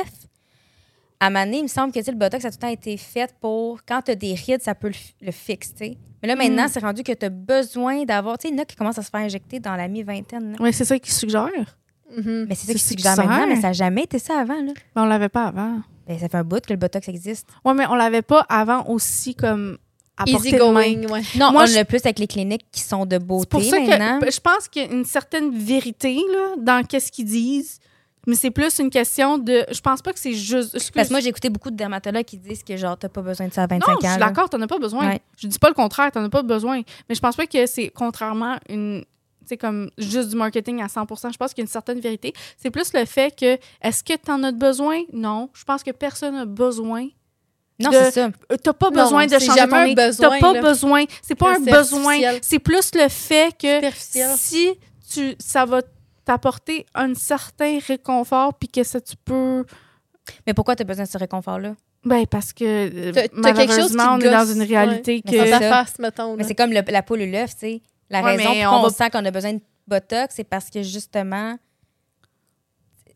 À Mané, il me semble que tu sais, le botox a tout le temps été fait pour quand tu as des rides, ça peut le, fi- le fixer. tu sais. Mais là, maintenant,
Mm.
c'est rendu que tu as besoin d'avoir. Tu sais, il y en a qui commencent à se faire injecter dans la mi-vingtaine. là.
Oui, c'est ça qu'ils suggèrent.
Mhm.
Mais c'est ça
C'est
qui
ce
se
qui
suggère maintenant,
sert.
mais ça n'a jamais été ça avant. Là.
Mais on l'avait pas avant.
Ben, ça fait un bout que le botox existe.
Oui, mais on l'avait pas avant aussi comme à portée
Easy
de main.
going, ouais.
Non,
Moi,
on
je-
l'a plus avec les cliniques qui sont de beauté
C'est pour ça
maintenant.
que je pense qu'il y a une certaine vérité là, dans qu'est-ce qu'ils disent. Mais c'est plus une question de... Je pense pas que c'est juste...
Parce que moi, j'ai écouté beaucoup de dermatologues qui disent que genre, t'as pas besoin de ça à 25
Non,
ans.
je suis
là.
d'accord, t'en as pas besoin.
Ouais.
Je dis pas le contraire, t'en as pas besoin. Mais je pense pas que c'est contrairement une c'est comme juste du marketing à 100 je pense qu'il y a une certaine vérité. C'est plus le fait que est-ce que t'en as besoin Non, je pense que personne n'a besoin.
Non,
de-
c'est ça.
Euh, T'as pas
Non,
besoin de
c'est
changer
jamais
ton
un
nez.
besoin,
T'as pas
là.
besoin, c'est pas
Ça,
un
c'est
besoin,
artificiel.
c'est plus le fait que
Superficiel.
si tu ça va t'apporter un certain réconfort puis que ça tu peux
Mais pourquoi t'as besoin de ce réconfort-là?
ben parce que euh,
T'as- t'as quelque chose qui te
malheureusement on est dans
gosse,
une
ouais.
réalité
Mais
que
Dans
c'est
ta
ça.
face, mettons.
Mais
là.
c'est comme le- la poule et l'œuf, tu sais. La
Ouais,
raison
mais
pour
on
on,
va-
sent qu'on a besoin de botox, c'est parce que justement,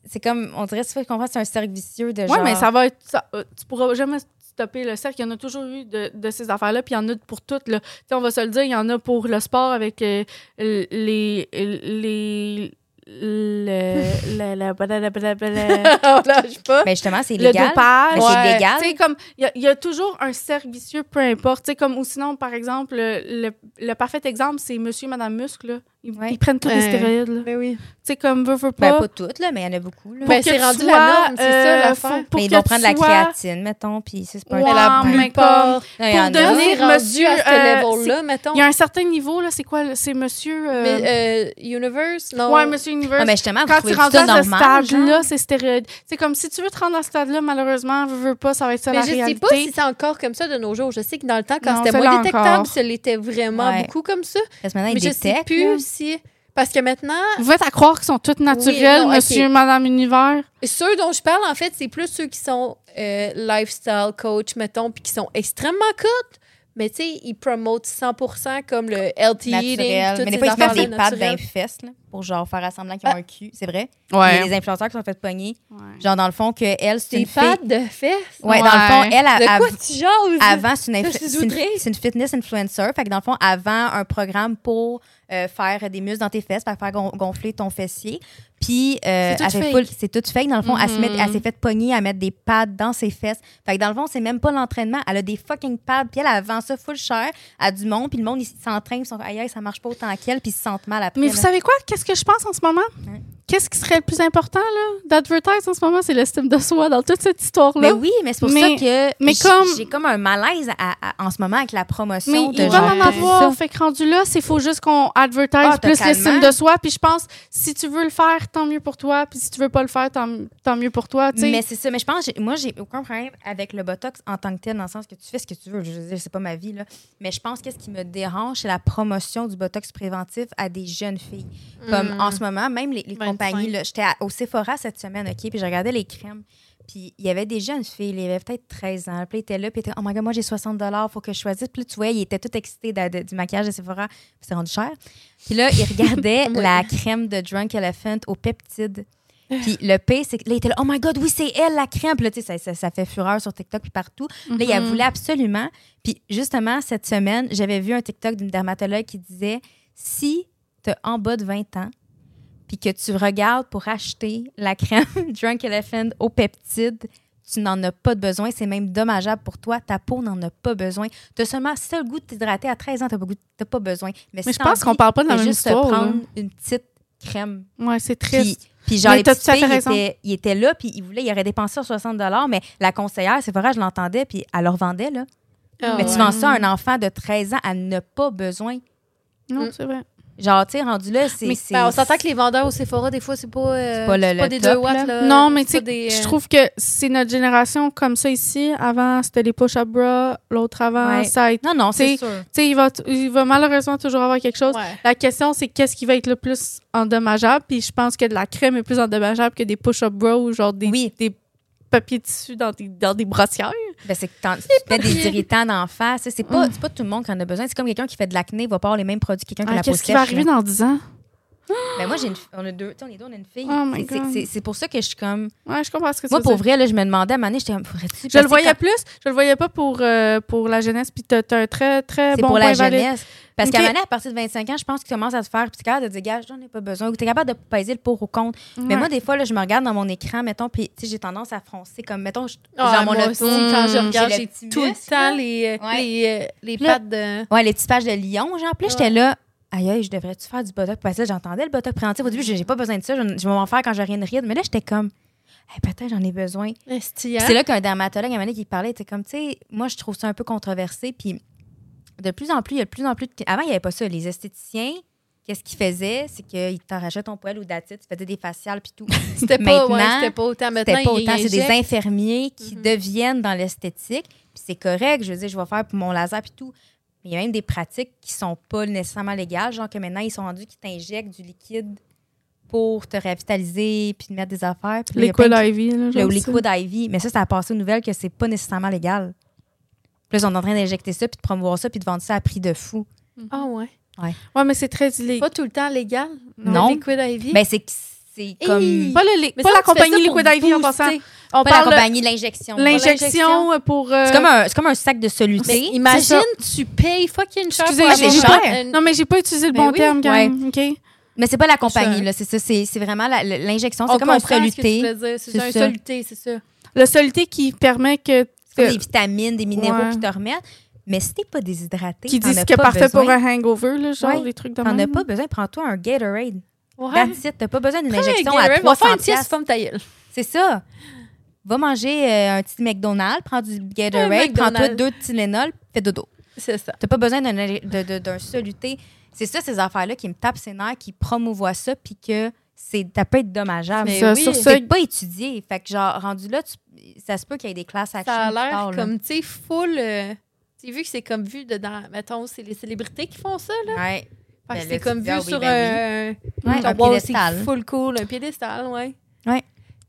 c'est comme, on dirait, tu fais comprendre, c'est un cercle vicieux de
Oui,
genre.
mais ça va être. ça- euh, tu pourras jamais stopper le cercle. Il y en a toujours eu de, de ces affaires-là, puis il y en a pour toutes. Là. Tu sais, On va se le dire, il y en a pour le sport avec euh, les. les le, le- la- blablabla- blablabla-
on lâche pas.
Mais Ben, justement, c'est
le
légal.
dopage.
Mais c'est
Ouais.
légal.
Tu sais, comme, il y a- il y, a toujours un cercle vicieux, peu importe. Tu sais, comme, ou sinon, par exemple, le, le parfait exemple, c'est Monsieur, Madame Muscle. là. Ils,
Ouais.
ils prennent tous les
Ouais.
stéroïdes. là. Tu
Mais oui.
sais, comme, veut, veut
Ben,
pas.
pas toutes, là, mais il y en a beaucoup. Là.
Ben,
que
c'est
tu
rendu la
sois,
norme, c'est ça, l'affaire.
pour
mais ils
que
vont
tu
prendre la
sois-
créatine, mettons, puis ça, c'est pas un
Ouais,
Mais la
mais
plupart.
Non, il y
pour
en a.
donner-
Donner rendu
Monsieur,
à ce
euh,
level-là, mettons.
Il y a un certain niveau, là, c'est quoi? là? C'est monsieur... euh,
Mais, euh, Universe, non.
Ouais, monsieur Universe.
Ah, mais justement, vous
Quand tu
trouvez
es
tout
rendu
ça
à ce
normal, genre?
stade-là, c'est stéroïde. C'est comme si tu veux te rendre à ce stade-là, malheureusement, veux, veux pas, ça va être ça
Mais
la
je sais
réalité.
pas si c'est encore comme ça de nos jours. Je sais que dans le temps, quand
Non,
c'était
ça
moins
l'est
détectable,
encore.
ça l'était vraiment
Ouais.
beaucoup comme ça.
Parce que maintenant,
Mais
ils
je sais
détectent. là.
plus si... Parce que maintenant,
Vous êtes à croire qu'ils sont toutes naturelles,
Oui, non, ok.
monsieur, madame Univers.
Ceux dont je parle, en fait, c'est plus ceux qui sont euh, lifestyle coach, mettons, puis qui sont extrêmement cotes. Mais tu sais, ils promotent 100% comme le healthy eating.
naturel.
puis
Mais des fois,
toutes
ils se mettent
ces
des
affaires-là
pattes d'un
naturelles.
fesses là, pour genre faire à semblant qu'ils ont
Ah.
un cul. C'est vrai. Il y a des influenceurs qui sont fait pogner.
Ouais.
Genre, dans le fond, que elle, c'est
Des
une fille.
pattes de fesses.
Ouais, dans le fond,
Ouais.
elle, a-
De
a-
quoi tu jases?
avant, c'est une,
Ça,
inf-
je suis
c'est une-
outrée.
c'est une fitness influencer. Fait que dans le fond, avant, un programme pour euh, faire des muscles dans tes fesses, faire gon- gonfler ton fessier. Puis, euh,
C'est tout
elle fait
fake.
full- c'est tout fake. Dans le fond, elle se met-
Mhm.
elle s'est fait pogner à mettre des pads dans ses fesses. Fait que dans le fond, c'est même pas l'entraînement. Elle a des fucking pads. Puis elle, elle vend ça full cher à du monde. Puis le monde, ils s'entraînent. Ils sont aïe, aïe, ça marche pas autant qu'elle. Puis ils se sentent mal après.
Mais vous
là.
savez quoi? Qu'est-ce que je pense en ce moment?
Ouais.
qu'est-ce qui serait le plus important là, d'advertise en ce moment? C'est l'estime de soi dans toute cette histoire-là.
Mais oui, mais c'est pour
Mais-
ça que
mais
j-
comme-
j'ai comme un malaise à- à- en ce moment avec la
Mais
promotion de
ils vont
genre,
en
t'as vu
avoir.
ça?
Fait que rendu là, c'est faut juste qu'on advertise
Ah,
plus
totalement.
l'estime de soi. Puis je pense, si tu veux le faire, tant mieux pour toi. Puis si tu veux pas le faire, tant, tant mieux pour toi. tu sais.
Mais c'est ça. Mais je pense, j'ai- moi, j'ai aucun problème avec le botox en tant que tel, dans le sens que tu fais ce que tu veux. Je veux dire, c'est pas ma vie, là. Mais je pense que ce qui me dérange, c'est la promotion du botox préventif à des jeunes filles. Comme en ce moment, même les, les
25.
compagnies, là, j'étais à- au Sephora cette semaine, OK, puis je regardais les crèmes. Puis il y avait des jeunes filles, il y avait peut-être 13 ans. Puis ils étaient là, puis ils étaient Oh my god, moi j'ai 60 faut que je choisisse. Puis là, tu vois, ils étaient tout excités de- de- du maquillage de Sephora. Puis c'est rendu cher. Puis là, ils regardaient
Oui.
la crème de Drunk Elephant aux peptides. Puis le P, c'est que là, il était là, oh my god, oui, c'est elle la crème. Puis là, tu sais, ça, ça, ça fait fureur sur TikTok puis partout. Là, il la
Mhm.
voulait absolument. Puis justement, cette semaine, j'avais vu un TikTok d'une dermatologue qui disait si tu en bas de 20 ans, puis que tu regardes pour acheter la crème Drunk Elephant aux peptides, tu n'en as pas de besoin. C'est même dommageable pour toi. Ta peau n'en a pas besoin. Tu as seulement si t'as le goût de t'hydrater à 13 ans, tu n'as pas besoin. Mais,
Mais
si
je
t'as
pense
envie,
qu'on parle pas de la
fais
même
juste te
histoire. là.
prendre une petite crème
Ouais, c'est
puis,
triste.
puis genre,
Mais
les
t'as
petites
tout à fait
filles, ils
raison.
étaient, ils étaient là, puis ils voulaient, ils auraient dépensé 60 mais la conseillère, c'est vrai, je l'entendais, puis elle leur vendait, là.
Ah
mais
ouais.
tu vends ça à un enfant de 13 ans, elle n'a pas besoin.
Non,
Mm.
c'est vrai.
Genre, tu sais, rendu là, c'est...
Mais
c'est-
ben, on s'entend que les vendeurs au Sephora, des fois, c'est pas, euh,
C'est pas le-
c'est pas
le
des
top,
deux watts.
là.
Là.
non, mais
C'est
tu sais,
pas des,
je
euh,
trouve que c'est notre génération comme ça ici. Avant, c'était les push-up bras. L'autre avant,
Ouais.
ça a été-
Non, non, c'est
T'sais,
sûr.
Tu sais, il va, t- il va malheureusement toujours avoir quelque chose.
ouais.
La question, c'est qu'est-ce qui va être le plus endommageable? Puis je pense que de la crème est plus endommageable que des push-up bras ou genre des,
Oui.
des papiers tissus dans des, dans des brossières.
Ben, c'est que quand tu mets des irritants d'en face, c'est
Mm.
pas, c'est pas tout le monde qui en a besoin. C'est comme quelqu'un qui fait de l'acné, va pas avoir les mêmes produits que quelqu'un qui a
Ah,
la peau
qu'est-ce qui va
sèche.
arriver dans 10 ans?
Ben, moi, j'ai une, on a deux, tu sais, on est deux, on a une fille.
Oh my
C'est- c'est-
God.
c'est- C'est pour ça que je suis comme...
Ouais, je comprends ce que tu
Moi,
veux
pour
dire.
vrai, là, je me demandais à un moment donné, j'étais comme, faudrait-tu
Je le
passer
voyais plus, je le voyais pas pour, euh, pour la jeunesse. Puis t'as t'as un très,
Euh,
très
C'est
bon
pour la
point, Valérie.
jeunesse. Parce
Ok.
qu'à un moment donné, à partir de 25 ans, je pense que tu commences à te faire, puis tu es capable de dire, gars, j'en ai pas besoin, ou tu es capable de peser le pour ou contre. Mais
Ouais.
moi, des fois, là, je me regarde dans mon écran, mettons, puis tu sais, j'ai tendance à froncer, comme, mettons, je-
Ah,
genre mon
moi
auto.
aussi, quand je
Mmh.
regarde,
J'ai
j'ai
le petit
tout le
muscle,
temps
là.
les,
Ouais.
les, les
Là-
pattes de.
Ouais, les petits pages de lion, genre, puis là, j'étais
Ouais.
là. Aïe, aïe, je devrais-tu faire du botox? Parce que là, j'entendais le botox préventif. Au début, j'ai j'ai pas besoin de ça. Je, je vais m'en faire quand j'aurai une ride. Mais là, j'étais comme, Hey, peut-être j'en ai besoin. Puis
hein?
C'est là qu'un dermatologue, à un moment donné, qui parlait, était comme, tu sais, moi, je trouve ça un peu controversé. Puis de plus en plus, il y a de plus en plus. De... Avant, il n'y avait pas ça. Les esthéticiens, qu'est-ce qu'ils faisaient? C'est qu'ils t'arrachaient ton poil ou d'attitude, tu faisais des faciales, puis tout.
C'était pas, ouais,
Maintenant,
c'était pas autant. Maintenant,
C'était pas autant.
il
C'est des
injecte.
infirmiers qui
Mhm.
deviennent dans l'esthétique. Puis c'est correct. Je veux dire, je vais faire pour mon laser, puis tout. Mais il y a même des pratiques qui sont pas nécessairement légales. Genre que maintenant, ils sont rendus qu'ils t'injectent du liquide pour te revitaliser, puis te mettre des affaires. Puis là, il y
Les
a plein de
Liquid Ivy. Là,
le
genre ça.
liquid IV. Mais ça, ça a passé aux nouvelles que c'est pas nécessairement légal. Puis là, ils sont en train d'injecter ça, puis de promouvoir ça, puis de vendre ça à prix de fou.
Ah, ouais.
Ouais, mais c'est très illégal.
Pas tout le temps légal.
Non.
Le Liquid Ivy.
Mais Ben, c'est c'est
Hey!
comme.
Pas, le li-
Mais
pas
ça,
la
tu fais ça
compagnie
pour
Liquid Ivy en passant.
booster.
On
pas la
parle
compagnie, l'injection.
de
l'injection.
l'injection pour. euh,
C'est comme, un- c'est comme un sac de soluté.
Mais
c'est ça.
imagine, tu payes fucking cher
Excusez,
pour
j'ai-
avoir
j'ai
un-
pas-
une-
Non, mais j'ai pas utilisé le
Ben
bon
oui.
terme, gang. OK?
Mais c'est pas la compagnie,
Ça.
là. C'est ça. C'est c'est vraiment la- le- l'injection.
on
C'est comme un
comprend ce que tu voulais
soluté.
dire, C'est
C'est
ça, un
ça.
soluté, c'est ça.
Le soluté qui permet que.
C'est comme des vitamines, des minéraux
Ouais.
qui te remettent. Mais si t'es pas déshydraté,
qui
t'en
disent
as
que
pas
parfait pour
besoin.
un hangover, là, genre
Ouais.
des trucs de
T'en as
même.
pas besoin, prends-toi un Gatorade.
Ouais.
That's it. T'as pas besoin d'une
Prends un
injection à
Gatorade,
300
va faire une sieste,
piastres.
forme ta gueule.
C'est ça. Va manger euh, un petit McDonald's, prends du
Un
Gatorade,
McDonald's.
prends-toi deux Tylenol, fais dodo.
C'est ça.
T'as pas besoin d'un de- de- d'un soluté. C'est ça, ces affaires-là qui me tapent ses nerfs, qui promouvoient ça, puis que c'est ça peut être dommageable.
Mais
Ça,
oui.
sur ça,
C'est pas étudié. Fait que, genre, rendu là, tu- ça se peut qu'il y ait des classes action.
Ça a
plus tard,
l'air
là.
comme, tu sais, full. euh, Tu sais, vu que c'est comme vu dedans, mettons, c'est les célébrités qui font ça. là.
Ouais.
Fait que
Ben là,
c'est
tu
comme
te
vu
dis, ah oui,
sur
ben
un.
Ouais,
ton
un
wall,
piédestal.
C'est full cool, un piédestal, ouais.
Tu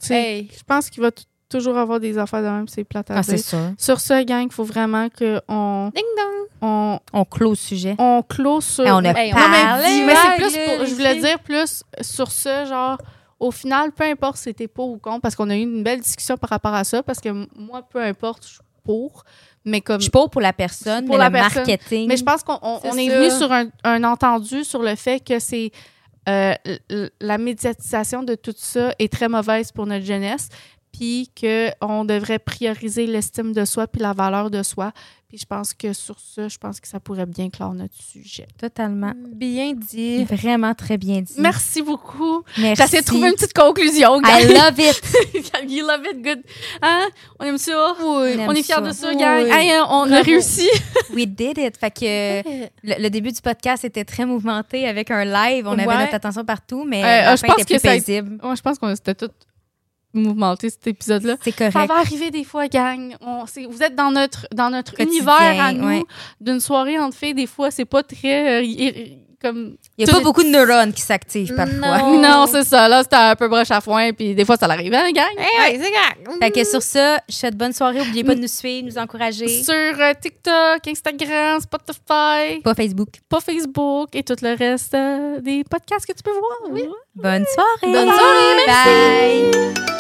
sais,
Hey,
Je pense qu'il va t- toujours avoir des affaires de même, c'est plate à
Ah,
dire.
c'est sûr.
Sur ce, gang, il faut vraiment qu'on
ding dong.
on,
On clôt le sujet.
on clôt sur.
Et on a
Hey, on-
Non, mais,
parlé.
mais c'est
vague,
plus
là,
pour-
les
Je voulais
filles.
dire plus sur ce, genre, au final, peu importe si t'es pour ou contre, parce qu'on a eu une belle discussion par rapport à ça, parce que m- moi, peu importe, je suis pour, mais comme.
Je suis pas pour la personne,
Pour
mais
la
le
personne.
marketing.
Mais je pense qu'on on-
C'est
on est
ça.
venu sur un, un entendu sur le fait que c'est euh, l- l- la médiatisation de tout ça est très mauvaise pour notre jeunesse. puis qu'on devrait prioriser l'estime de soi puis la valeur de soi. Puis je pense que sur ça, je pense que ça pourrait bien clore notre sujet.
Totalement.
Bien dit.
Vraiment très bien dit.
Merci beaucoup.
Merci.
J'essaie de trouver une petite conclusion.
I
gang.
love it.
you love it, good. Hein? On aime ça.
On aime
On est fiers
ça.
de ça,
Oui.
gang. Hey, euh, on a
Bravo.
réussi.
We did it. Fait que
Euh,
le, le début du podcast était très mouvementé avec un live. On avait
Ouais.
notre attention partout, mais
Euh,
la
euh, je
fin
pense
était
que
plus
ça a-
paisible.
Moi, je pense qu'on s'était tous mouvementés cet épisode-là.
C'est correct.
Ça va arriver des fois, gang. On, c'est- vous êtes dans notre, dans notre
Quotidien,
univers à nous.
ouais.
D'une soirée entre filles, des fois, c'est pas très. euh, ir- ir- comme...
Il n'y a pas
Tout-
beaucoup de neurones qui s'activent parfois.
Oh.
Non, c'est ça. Là, c'était un peu broche à foin. Puis des fois, ça l'arrive, hein, gang?
Ouais, c'est correct.
Fait que sur ça, je souhaite bonne soirée. N'oubliez pas de nous suivre, nous encourager.
Mm. Sur euh, TikTok, Instagram, Spotify,
Pas Facebook.
pas Facebook et tout le reste euh, des podcasts que tu peux voir. Oui.
Bonne soirée.
Bonne soirée,
Bye.